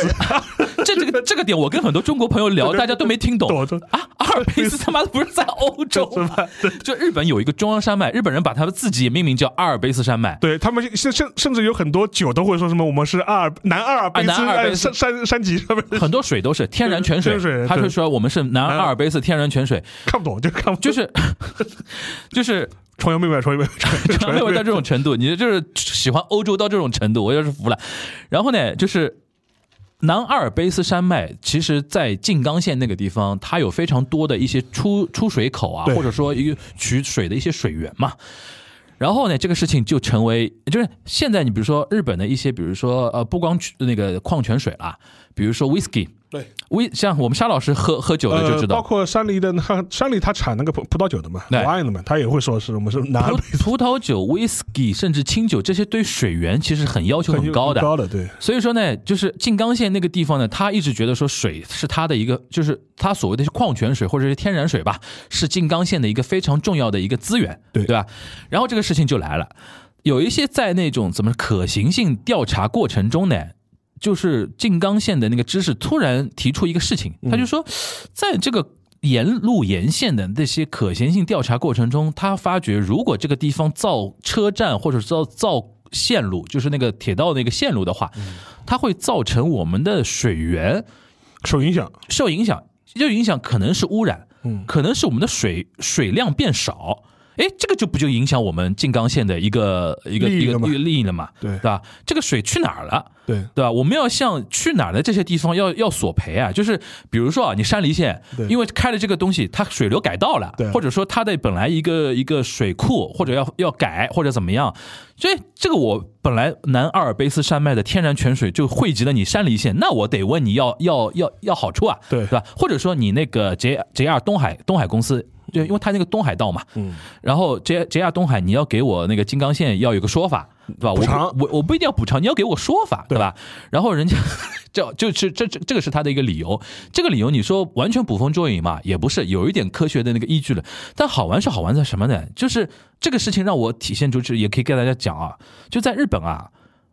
这这个这个点，我跟很多中国朋友聊，
对
大家都没听 懂
懂懂
啊！阿尔卑斯他妈的不是在欧洲吗？就日本有一个中央山脉，日本人把他们自己也命名叫阿尔卑斯山脉。
对他们甚甚甚至有很多酒都会说什么我们是阿尔南阿尔卑斯
啊南阿尔卑斯
哎山山山脊上面
很多水都是天然泉水
天然泉水，
他
对
就说我们是南阿尔卑斯天然泉水，
看不懂就看不懂，
就是就是
崇洋媚外，崇洋媚外，
常没有到这种程度，你就是喜欢欧洲到这种程度，我也是服了。然后呢，就是。南阿尔卑斯山脉，其实，在静冈县那个地方，它有非常多的一些出出水口啊，
对
或者说一个取水的一些水源嘛。然后呢，这个事情就成为，就是现在你比如说日本的一些，比如说呃，不光那个矿泉水啦，比如说 whisky，
对
威像我们沙老师喝喝酒的就
呃，
知道，
包括山梨的，它山梨它产那个葡葡萄酒的嘛
对
，wine 的嘛，它也会说是我们是南北
葡葡萄酒、whisky 甚至清酒这些对水源其实很要求很高的。
高的，对，
所以说呢，就是静冈县那个地方呢，他一直觉得说水是他的一个，就是他所谓的矿泉水或者是天然水吧，是静冈县的一个非常重要的一个资源，
对
对吧？然后这个事情就来了，有一些在那种怎么可行性调查过程中呢。就是静冈县的那个知识突然提出一个事情，他就说，在这个沿路沿线的那些可行性调查过程中，他发觉如果这个地方造车站或者造造线路，就是那个铁道那个线路的话，它会造成我们的水源
受影响，
受影响，这影响可能是污染，
嗯
可能是我们的水水量变少。哎，这个就不就影响我们静冈县的一个一个
利益
一个
了嘛
一个利益了嘛，
对
对吧？这个水去哪儿了？
对，
对吧？我们要向去哪儿的这些地方要要索赔啊，就是比如说啊，你山梨县
对，
因为开了这个东西，它水流改道了
对，
或者说它的本来一个一个水库，或者要要改或者怎么样，所以这个我本来南阿尔卑斯山脉的天然泉水就汇集了你山梨县，那我得问你要要要要好处啊，
对
吧？或者说你那个 J JR 东海东海公司。对，因为它那个东海道嘛，然后 J J R 东海，你要给我那个金刚线要有个说法，对吧？
补偿
我我我不一定要补偿，你要给我说法，
对
对吧？然后人家 这就是这这这个是他的一个理由，这个理由你说完全捕风捉影嘛，也不是有一点科学的那个依据了。但好玩是好玩在什么呢？就是这个事情让我体现出，就是也可以跟大家讲啊，就在日本啊，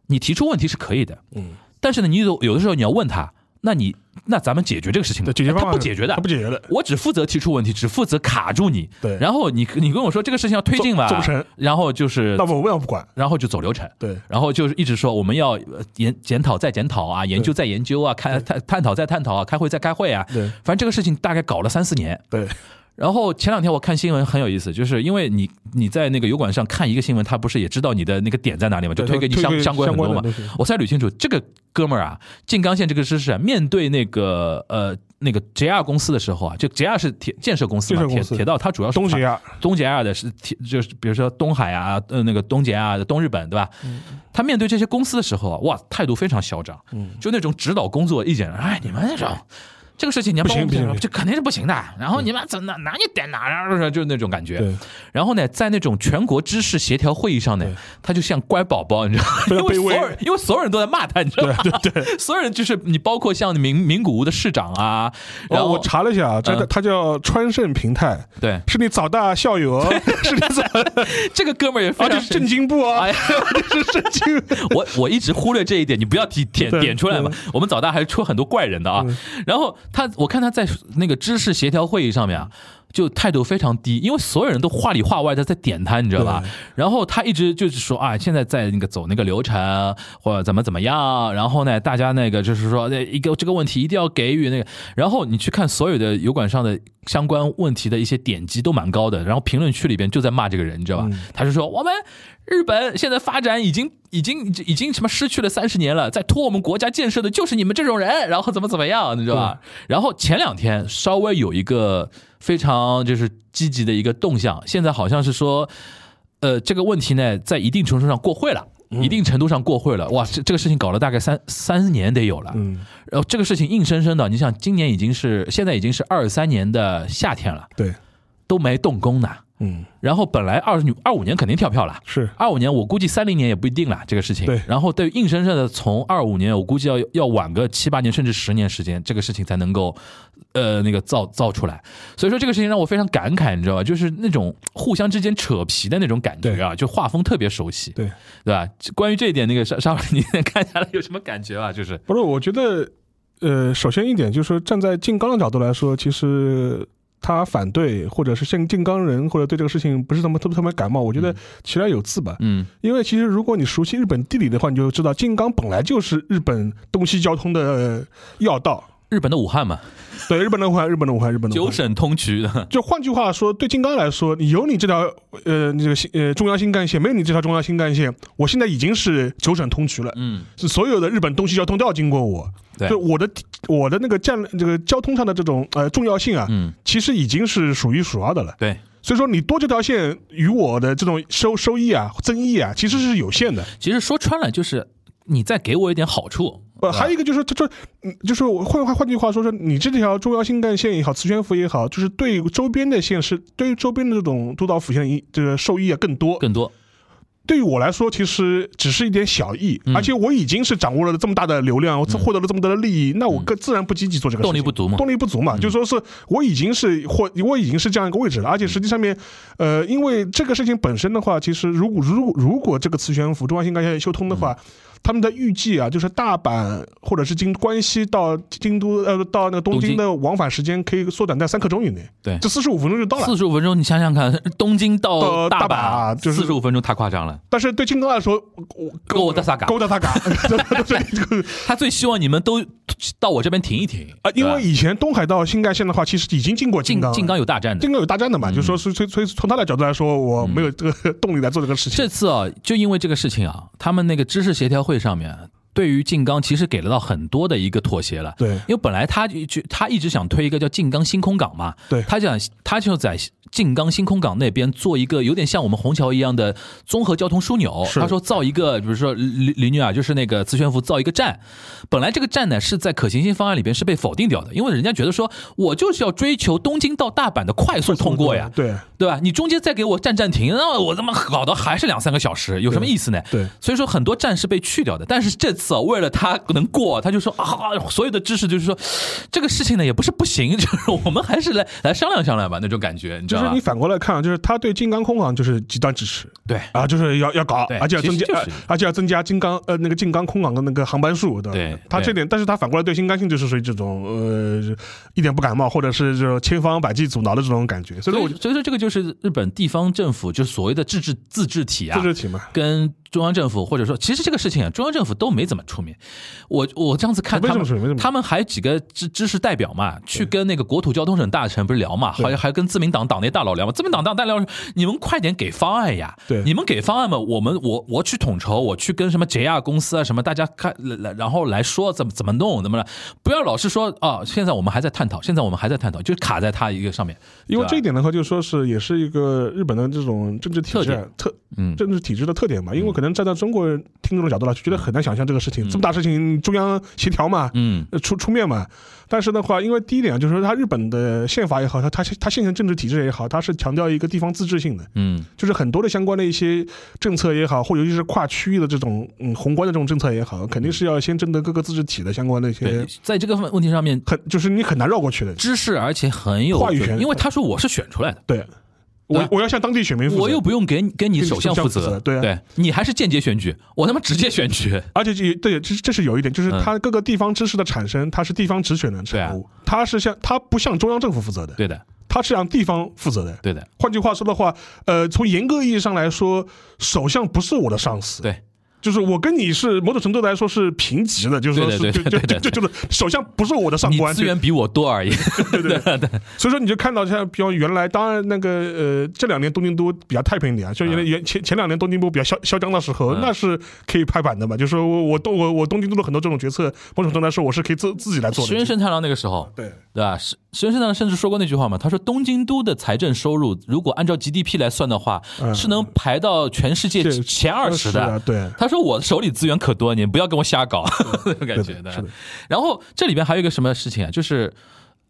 你提出问题是可以的，
嗯，
但是呢，你有有的时候你要问他，那你那咱们解决这个事情吧，
对，解决方
哎他
案
不解决的
他不，解决的，
我只负责提出问题，只负责卡住你。
对
然后你你跟我说这个事情要推进吧，呃
做做不成
然后就是
那我们要不管，
然后就走流程。
对，
然后就是一直说我们要呃研检讨再检讨啊，研究再研究啊，看探探讨再探讨啊，开会再开会啊，
对
反正这个事情大概搞了三四年。
对，
然后前两天我看新闻很有意思，就是因为你你在那个油管上看一个新闻，他不是也知道你的那个点在哪里嘛，就
对
推给你
推给
相
你
相关很
相关
多
的
嘛
东西。
我才捋清楚，这个哥们儿啊，静冈县这个知识啊，面对那个呃那个 JR 公司的时候啊，就 JR 是铁建设公司嘛，
建设
铁
公司
铁道它主要是
东西啊，
东捷亚的是提就是比如说东海啊，呃，那个东捷啊，东日本对吧？他面对这些公司的时候啊，哇，态度非常嚣张，
嗯
就那种指导工作意见，哎，你们这种。这个事情你要帮我
不行不
们，
行
这肯定是不行的。然后你们怎么哪哪你点哪儿啊，就是那种感觉。
对，
然后呢，在那种全国知识协调会议上呢
对，
他就像乖宝宝， 你知道吗？因为
非常卑微
所有人，因为所有人都在骂他，你知道吗？对对 所有人就是你，包括像名名古屋的市长啊，然
然
后
后我查了一下，啊，这个
嗯
他叫川盛平太，
对
是你早大校友 哦，是你早，
这个哥们儿也非
而且
常
是正经部啊
哎，呀，
这是正经部，
我我一直忽略这一点，你不要 提点
对嗯
点出来嘛。我们早大还是出很多怪人的啊。然后他，我看他在那个知识协调会议上面啊，就态度非常低，因为所有人都话里话外的在点他，你知道吧
对？
然后他一直就是说啊，现在在那个走那个流程或者怎么怎么样，然后呢，大家那个就是说那一个这个问题一定要给予那个，然后你去看所有的油管上的相关问题的一些点击都蛮高的，然后评论区里边就在骂这个人，你知道吧？他就说我们日本现在发展已经已经已经什么失去了三十年了，在拖我们国家建设的就是你们这种人，然后怎么怎么样，你知道吧？然后前两天稍微有一个非常就是积极的一个动向，现在好像是说，呃，这个问题呢，在一定程度上过会了。一定程度上过会了，哇，这这个事情搞了大概三三年得有了，
嗯，
然后这个事情硬生生的，你想今年已经是现在已经是二三年的夏天了，
对，
都没动工呢。
嗯，
然后本来二二五年肯定跳票了，
是
二五年我估计三零年也不一定了这个事情。
对
然后对硬生生的从二五年，我估计要要晚个七八年甚至十年时间，这个事情才能够呃那个造造出来。所以说这个事情让我非常感慨，你知道吧？就是那种互相之间扯皮的那种感觉啊，就画风特别熟悉，
对。
对吧？关于这一点，那个沙沙老师，你看下来有什么感觉啊？就是
不是，我觉得，呃，首先一点就是说，站在静冈的角度来说，其实他反对，或者是像静冈人，或者对这个事情不是那么特别特别感冒，我觉得其来有自吧。
嗯，
因为其实如果你熟悉日本地理的话，你就知道静冈本来就是日本东西交通的呃要道。
日本的武汉嘛，
对，日本的武汉，日本的武汉，日本的武
九
汉。
省通衢的。
就换句话说，对静冈来说，你有你这条呃这个新呃中央新干线，没有你这条中央新干线，我现在已经是九省通衢了。
嗯，
是所有的日本东西交通都要经过我，
对
就我的我的那个战这个交通上的这种呃重要性啊，
嗯，
其实已经是数一数二的了。
对。
所以说，你多这条线与我的这种收收益啊、增益啊，其实是有限的。
其实说穿了就是你再给我一点好处。
呃，
对吧
还有一个就是，这这，嗯就是我换换换句话说，说你这条中央新干线也好，磁悬浮也好，就是对周边的县市，对于周边的这种都道府县的益这个受益啊更多。
更多，
对于我来说，其实只是一点小益，
嗯
而且我已经是掌握了这么大的流量，我获得了这么大的利益，那我更自然不积极做这个事
嗯
情
动力不足嘛嗯
动力不足嘛，就说是我已经是或我已经是这样一个位置了，而且实际上面，呃，因为这个事情本身的话，其实如果如果如果这个磁悬浮中央新干线修通的话。
嗯
他们的预计啊，就是大阪或者是京关西到京都呃到那个东
东京
京的往返时间可以缩短在三刻钟以内，
对
这四十五分钟就到了。
四十五分钟，你想想看， 东京到
到
大
呃大
阪
阪啊就是
四十五分钟，太夸张了。
但是对京都来说，我
勾搭萨嘎
勾 搭萨嘎， 对对对这个
他最希望你们都到我这边停一停
啊，因为
对吧
以前东海道新干线的话，其实已经经过
静
静冈了，
静冈有大战的
静。冈有大战的嘛，就说
嗯
是所以所以从他的角度来说，我没有这个动力来做这个事情
这。次啊，就因为这个事情啊，他们那个知识协调会上面，对于静冈其实给了到很多的一个妥协了。
对
因为本来他就就他一直想推一个叫静冈星空港嘛，
对
他想他就在静冈星空港那边做一个有点像我们虹桥一样的综合交通枢纽。
是
他说造一个，比如说里里女啊，就是那个磁悬浮造一个站，本来这个站呢是在可行性方案里边是被否定掉的，因为人家觉得说我就是要追求东京到大阪的快速通过呀，
对，
对吧？你中间再给我站暂停，那我他妈搞的还是两三个小时，有什么意思呢？
对对
所以说很多站是被去掉的。但是这次啊，为了他能过，他就说啊，所有的知识就是说，这个事情呢也不是不行，就是我们还是来来商量商量吧，那种感觉，你知
就
道
是
吧
你？反过来看啊，就是他对金刚空港就是极端支持。
对
啊，就是要要搞
对，
而且要增加
其实，就是
呃而且要增加金刚呃那个金刚空港的那个航班数，对吧？
对
他
对
这点，但是他反过来对新干线就是属于这种呃一点不感冒，或者是这种千方百计阻挠的这种感觉，
所
所以说我
以
就
所以说这个就是日本地方政府就是所谓的自治自治体啊，
自治体嘛，
跟中央政府，或者说，其实这个事情啊，中央政府都没怎么出面。我我这样子看
没
他
怎么
们
出面没怎么出面
他们还有几个知知识代表嘛，去跟那个国土交通省大臣不是聊嘛，好像还跟自民党党内大佬聊嘛。自民党党内大佬说，你们快点给方案呀！
对
你们给方案嘛，我们我我去统筹，我去跟什么 JR 公司啊什么大家看，来来然后来说怎么怎么弄，怎么了？不要老是说啊，现在我们还在探讨，现在我们还在探讨，就卡在他一个上面。
因为
对吧
这一点的话，就说是也是一个日本的这种政治体
特
制啊
点
特
嗯
政治体制的特点嘛，因为可能站在中国人听众的角度来，就觉得很难想象这个事情，这么大事情中央协调嘛，
嗯，
呃出出面嘛。但是的话，因为第一点啊就是说，它日本的宪法也好，它它它现行政治体制也好，它是强调一个地方自治性的，
嗯，
就是很多的相关的一些政策也好，或尤其是跨区域的这种嗯宏观的这种政策也好，肯定是要先征得各个自治体的相关的一
对
些，
在这个问题上面。
很就是你很难绕过去的。
知识，而且很有
话语
准
权
因为他说我是选出来的，
对，我
对
我要向当地选民负责。
我又不用给你跟你首相负
跟你
责，
首相负责对啊
你还是间接选举，我他妈直接选 举，
而且这对，这这是有一点，就是
嗯
它各个地方知识的产生，它是地方直选的
对啊
产物，它是向它不向中央政府负责的，
对的，
它是向地方负责的。
对的，
换句话说的话，呃，从严格意义上来说，首相不是我的上司，
对，
就是我跟你是某种程度来说是平级的，就是说
对
是
对
就
对
就
对对
就就是首相不是我的上
你
官，
资源比我多而已，
对对对对，所以说你就看到像比方原来，当然那个呃，这两年东京都比较太平一点啊，就原来原前前两年东京都比较嚣嚣张的时候，
嗯
那是可以拍板的嘛，就是说我我东我我东京都的很多这种决策，某种程度来说我是可以自自己来做
石原
的。
慎太郎那个时候，
对，
对吧？石石原慎太郎甚至说过那句话嘛，他说东京都的财政收入如果按照 GDP 来算的话，
嗯
是能排到全世界
是
前二十
是啊
的，
对
他说我手里资源可多，你不要跟我瞎搞， 那种感觉
对的是的
然后这里边还有一个什么事情啊，就是。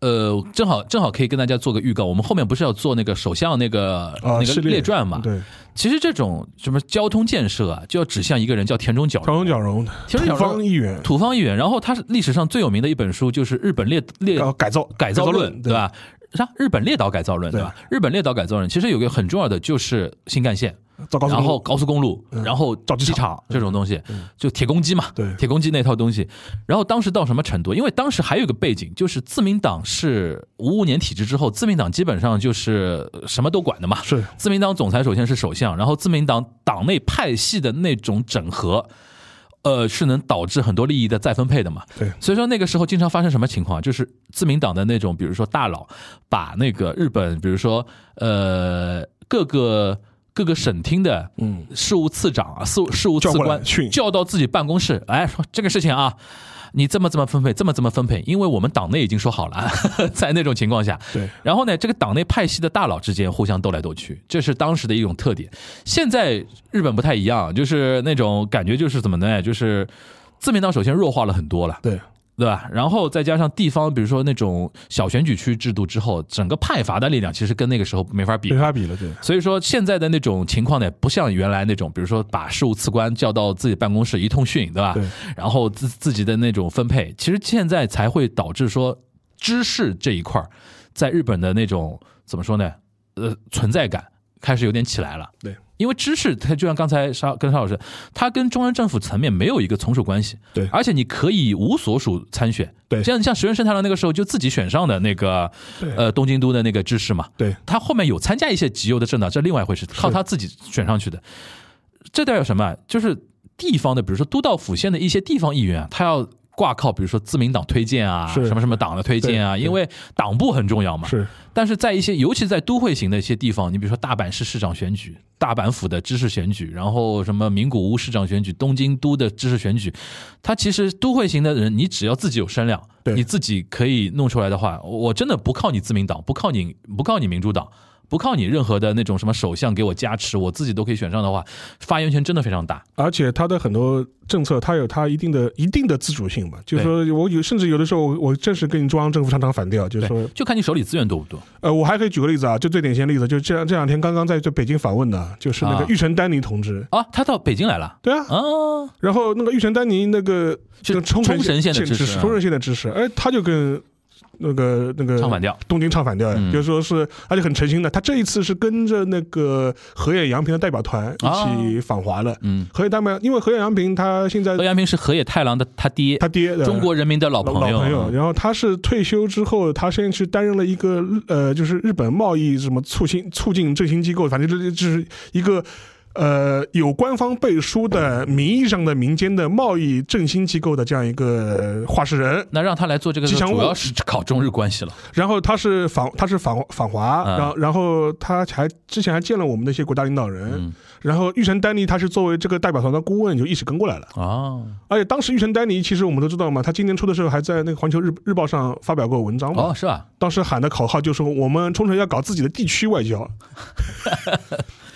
呃，正好正好可以跟大家做个预告，我们后面不是要做那个首相那个、
啊，
那
是
个列传嘛？
对，
其实这种什么交通建设啊，就要指向一个人叫田中角
长
荣，
荣角荣，
田中角
土
荣
方议员，
土方议员。然后他是历史上最有名的一本书就是《日本列列
然后啊改造
改造啊论》，对？
对
吧？啥？日本列岛改造论，对吧？日本列岛改造论其实有个很重要的就是新干线，
造高速
然
公
后
路，
高速公路，
嗯
然后
造机
机
场
场这种东西，就铁公鸡嘛，
对
铁公鸡那套东西。然后当时到什么程度？因为当时还有一个背景，就是自民党是五五年体制之后，自民党基本上就是呃什么都管的嘛，
是
自民党总裁首先是首相，然后自民党党内派系的那种整合。呃，是能导致很多利益的再分配的嘛？
对
所以说那个时候经常发生什么情况啊，就是自民党的那种，比如说大佬把那个日本，比如说呃各个各个省厅的
嗯
事务次长啊、事务事务
叫
次
过来
官
训
叫到自己办公室，哎，说这个事情啊，你这么这么分配，这么这么分配，因为我们党内已经说好了， 在那种情况下，
对。
然后呢，这个党内派系的大佬之间互相斗来斗去，这是当时的一种特点。现在日本不太一样，就是那种感觉就是怎么呢？就是自民党首先弱化了很多了。
对，
对吧？然后再加上地方，比如说那种小选举区制度之后，整个派阀的力量其实跟那个时候没法比
没。法比了，对。
所以说现在的那种情况呢，不像原来那种，比如说把事务次官叫到自己办公室一通训，对吧？
对
然后自自己的那种分配，其实现在才会导致说知识这一块儿，在日本的那种怎么说呢？呃，存在感开始有点起来了。
对。
因为知识，它就像刚才沙跟沙老师，它跟中央政府层面没有一个从属关系，
对
而且你可以无所属参选，
对
像像石原慎太郎那个时候就自己选上的那个，呃，东京都的那个知识嘛，
对，
他后面有参加一些极右的政党，这另外一回事，靠他自己选上去的。这代表什么啊？就是地方的，比如说都道府县的一些地方议员啊，他要挂靠，比如说自民党推荐啊，
是
什么什么党的推荐啊，
对对
因为党部很重要嘛。
是
但是在一些，尤其在都会型的一些地方，你比如说大阪市市长选举、大阪府的知事选举，然后什么名古屋市长选举、东京都的知事选举，它其实都会型的人，你只要自己有声量，
对
你自己可以弄出来的话，我我真的不靠你自民党，不靠你，不靠你民主党。不靠你任何的那种什么首相给我加持，我自己都可以选上的话，发言权真的非常大。
而且它的很多政策，它有它一定的一定的自主性吧。就是说我有，甚至有的时候我，我正是跟你中央政府常常反调，就是说
对，，就看你手里资源多不多。
呃，我还可以举个例子啊，就最典型的例子，就这这两天刚刚在这北京访问的，就是那个
啊
玉成丹尼同志，
啊，他到北京来了
对啊，
啊，
然后那个玉成丹尼那个
是
就冲
冲绳县的
支
知识
持，
啊
冲绳县的支持，哎，他就跟那个那个
唱反调
东京唱反调，哎
嗯
就是说是，而且很诚心的，他这一次是跟着那个河野洋平的代表团
啊
一起访华的。
嗯，
河野代表，因为河野洋平他现在
何阳平是河野太郎的他爹，
他爹的
中国人民的老
老老
友。啊
朋友，然后他是退休之后，他先去担任了一个呃，就是日本贸易什么促进促进振兴机构，反正这就是一个。呃，有官方背书的名义上的民间的贸易振兴机构的这样一个呃话事人，
那让他来做这个，
吉祥物
主要是搞中日关 系了。
然后他是访他是访访华，
嗯
然后然后他还之前还见了我们的一些国家领导人，
嗯
然后玉成丹尼他是作为这个代表团的顾问就一起跟过来了，
哦
而且当时玉成丹尼其实我们都知道嘛，他今年初的时候还在那个环球日日报上发表过文章嘛，
哦，是吧？
当时喊的口号就是我们冲绳要搞自己的地区 外交。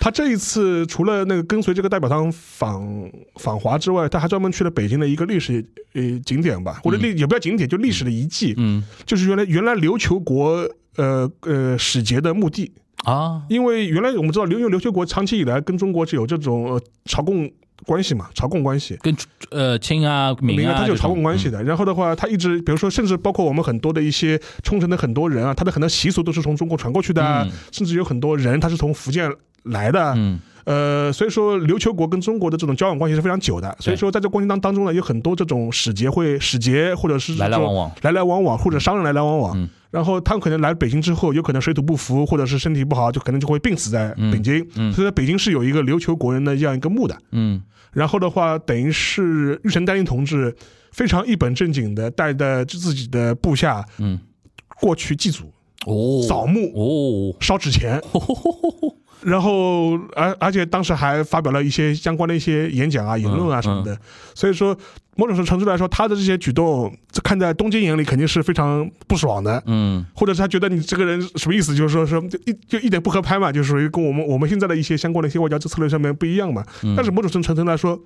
他这一次除了那个跟随这个代表团访访华之外，他还专门去了北京的一个历史呃景点吧，或者历也不叫景点，就历史的遗迹，
嗯
就是原来原来琉球国呃呃使节的墓地，
啊，
因为原来我们知道琉因为琉球国长期以来跟中国是有这种呃朝贡关系嘛，朝贡关系，
跟呃清啊、明啊，
它是有
这种
朝贡关系。的。然后的话，它一直，比如说，甚至包括我们很多的一些冲绳的很多人啊，他的很多习俗都是从中国传过去的啊，
嗯
甚至有很多人他是从福建来的啊。
嗯
呃，所以说琉球国跟中国的这种交往关系是非常久的。所以说，在这过程当当中呢，有很多这种使节会使节或者是
嗯，
这
来来
种
往往。
来来往往，或者商人来来往往。
嗯
然后他们可能来北京之后，有可能水土不服，或者是身体不好，就可能就会病死在
嗯
北京。
嗯
所以在北京是有一个琉球国人的这样一个墓的。
嗯
然后的话，等于是玉成丹尼同志非常一本正经的带着自己的部下
嗯，
过去祭祖、
哦，
扫墓、
哦，
烧纸钱，然后而而且当时还发表了一些相关的一些演讲啊、言论啊
嗯
什么的。所以说，某种程度来说，他的这些举动，这看在东京眼里肯定是非常不爽的。
嗯
或者是他觉得你这个人什么意思？就是说说就一就一点不合拍嘛，就是属于跟我们我们现在的一些相关的一些外交策略上面不一样嘛。但是某种程度来说，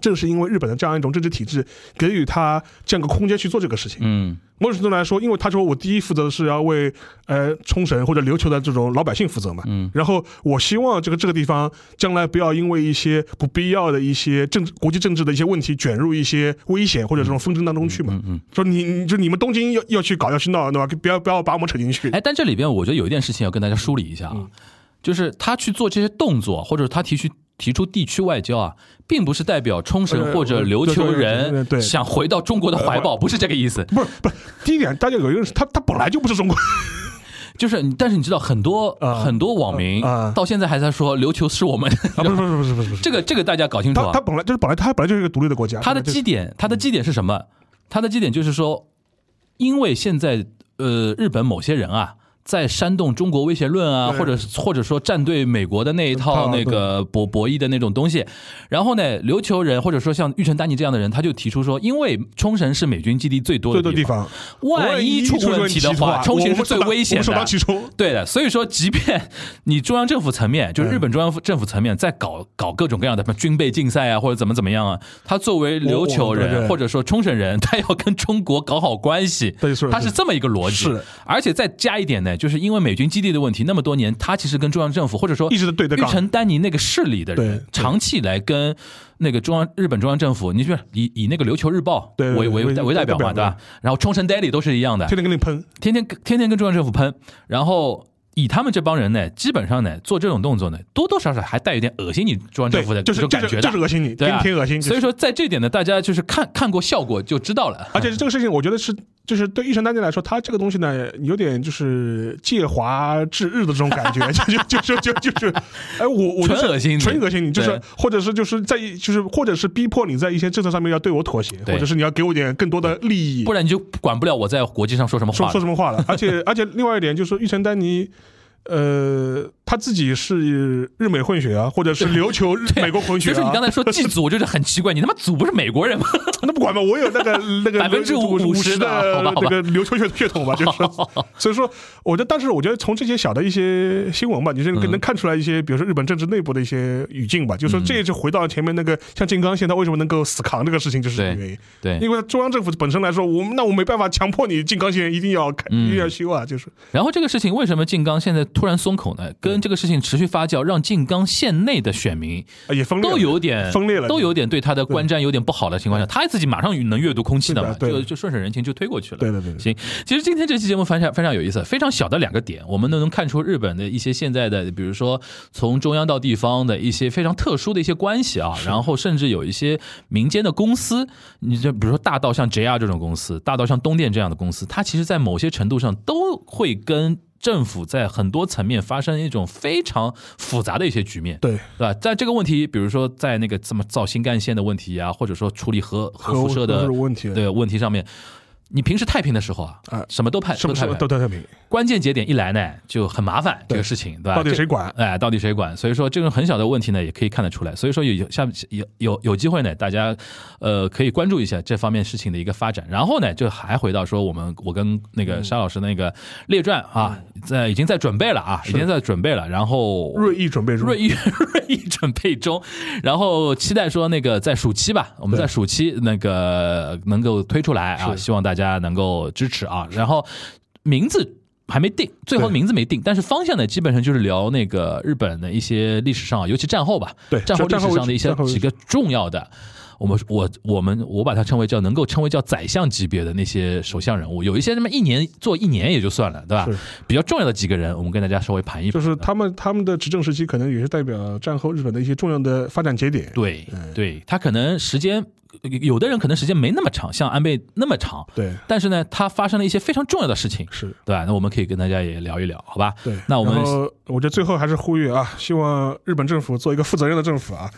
正是因为日本的这样一种政治体制，给予他这样一个空间去做这个事情。
嗯
某种程度来说，因为他说我第一负责的是要为呃冲绳或者琉球的这种老百姓负责嘛，
嗯
然后我希望这个这个地方将来不要因为一些不必要的一些政治国际政治的一些问题卷入一些危险或者这种纷争当中去嘛。
嗯嗯。
说你你就你们东京要要去搞要去闹，对吧？不要不要把我们扯进去。
哎，但这里边我觉得有一件事情要跟大家梳理一下
嗯
啊，就是他去做这些动作，或者他提出提出地区外交啊，并不是代表冲绳
呃
或者
呃
琉
对
球
对对对
人
对
想回到中国的怀抱，不是这个意思。
不是不是，第一点大家有一个是他他本来就不是中国人，
就是你，但是你知道，很多、
啊
很多网民、
啊啊
到现在还在说琉球是我们，
啊，不是不是不是不是不是，
这个这个大家搞清楚
他
啊。
他本来就是本来他本来就是一个独立的国家，
它的
就是
基点，它的基点是什么？它的基点就是说，因为现在呃，日本某些人啊，在煽动中国威胁论啊，
对
或者或者说站队美国的那一套
套
那个博博弈的那种东西。然后呢，琉球人或者说像玉成丹尼这样的人，他就提出说，因为冲绳是美军基地最多
最
的
多地，方，
万一出问
问
题
题
的话，冲绳是最危险
我们首
的
当。其冲。
对的，所以说，即便你中央政府层面，就是日本中央政府层面，在
嗯
搞搞各种各样的什么军备竞赛啊，或者怎么怎么样啊，他作为琉球
我我对
人
对
或者说冲绳人，他要跟中国搞好关系
对是，的
他是这么一个逻辑。
是的，
而且再加一点呢，就是因为美军基地的问题，那么多年，他其实跟中央政府或者说
一直对着
玉
杠
成丹尼那个势力的
对
人
对，
长期以来跟那个中央日本中央政府，你就是以以那个琉球日报
对对
为为
为
为代表嘛，
代表
对吧？然后冲绳 daily 都是一样的，
天天跟你喷，
天天跟天天跟中央政府喷，然后以他们这帮人呢，基本上呢做这种动作呢，多多少少还带有点恶心你中央
对
政府的，这
就是
种
就
感
是
觉
就是
的，
恶心你，
对
天
啊
天恶心。
所以
说，
说在这点呢，大家就是看看过效果就知道了。
啊而且这个事情我觉得是就是对一神单间来说，它这个东西呢，有点就是借华治日的这种感觉，就就就就就就是，哎，我我就是
纯恶心你
纯恶心你，就是
对
或者是就是在一就是或者是逼迫你在一些政策上面要对我妥协，
对
或者是你要给我点更多的利益，
不然你就管不了我在国际上说什么
说
话
说
了。
什么话了。而且而且另外一点就是，玉成丹尼。呃，他自己是日美混血啊，或者是琉球日
对
美国混
所
血
以
啊。
说你刚才说祭祖，我就是很奇怪，你他妈祖不是美国人吗？
那不管吧，我有那个那个
50%
十
的好吧好吧
那个琉球血血统吧，就是。 所以说，我觉得，但是我觉得从这些小的一些新闻吧，你是
嗯
能看出来一些，比如说日本政治内部的一些语境吧。就说这也是回到前面那个，像金刚现在为什么能够死扛这个事情，就是
对
因为
对，
因为中央政府本身来说，我们那我没办法强迫你静冈县一定要开，
嗯
一定要修啊，就是
然后这个事情为什么静冈现在突然松口呢？
嗯
跟这个事情持续发酵，让静冈县内的选民
啊也分裂了
都有点
分裂了
都有点对他的观瞻有点不好的情况下，他自己马上能阅读空气的嘛，
对的对的
就就顺水人情就推过去了。
对对对对
行，其实今天这期节目非常非常有意思，非常小的两个点，我们都能看出日本的一些现在的，比如说从中央到地方的一些非常特殊的一些关系啊，然后甚至有一些民间的公司，你就比如说大到像 JR 这种公司，大到像东电这样的公司，它其实在某些程度上都会跟。政府在很多层面发生一种非常复杂的一些局面，
对
对吧？在这个问题，比如说在那个怎么造新干线的问题啊，或者说处理核核辐
核
射的
核问题
对问题上面，你平时太平的时候啊
啊，
什么都太
什
都
么什
太
么
平
都，都太平，
关键节点一来呢，就很麻烦这个事情，对吧？
到底
这
谁管？
哎，到底谁管？所以说这种很小的问题呢，也可以看得出来。所以说有下有有有机会呢，大家呃可以关注一下这方面事情的一个发展。然后呢，就还回到说我们我跟那
嗯
个沙老师那个列传啊，在已经在准备了啊，已经在准备了。然后
锐意准备 中，
锐意锐意准备中，然后期待说那个在暑期吧，我们在暑期那个能够推出来啊，
是
希望大家能够支持啊。然后名字还没定，最后
对
名字没定，但是方向呢，基本上就是聊那个日本的一些历史上，尤其战后吧，
对
战后历
战后
史上的一些
战后
几个重要的。我们我我们我把它称为叫能够称为叫宰相级别的那些首相人物，有一些那么一年做一年也就算了，对吧
是？
比较重要的几个人，我们跟大家稍微盘一盘，啊
就是他们他们的执政时期，可能也是代表战后日本的一些重要的发展节点。
对对，他可能时间，呃有的人可能时间没那么长，像安倍那么长，
对，
但是呢，他发生了一些非常重要的事情，
是。
对吧？那我们可以跟大家也聊一聊，好吧？
对，
那我们
然后我觉得最后还是呼吁啊，希望日本政府做一个负责任的政府 啊，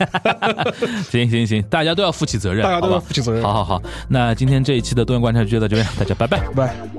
行行行，大家都要负起责任，
大家都
好
要
吧
负起责任
好好好，那今天这一期的多元观察就到这边，大家拜拜。
拜拜。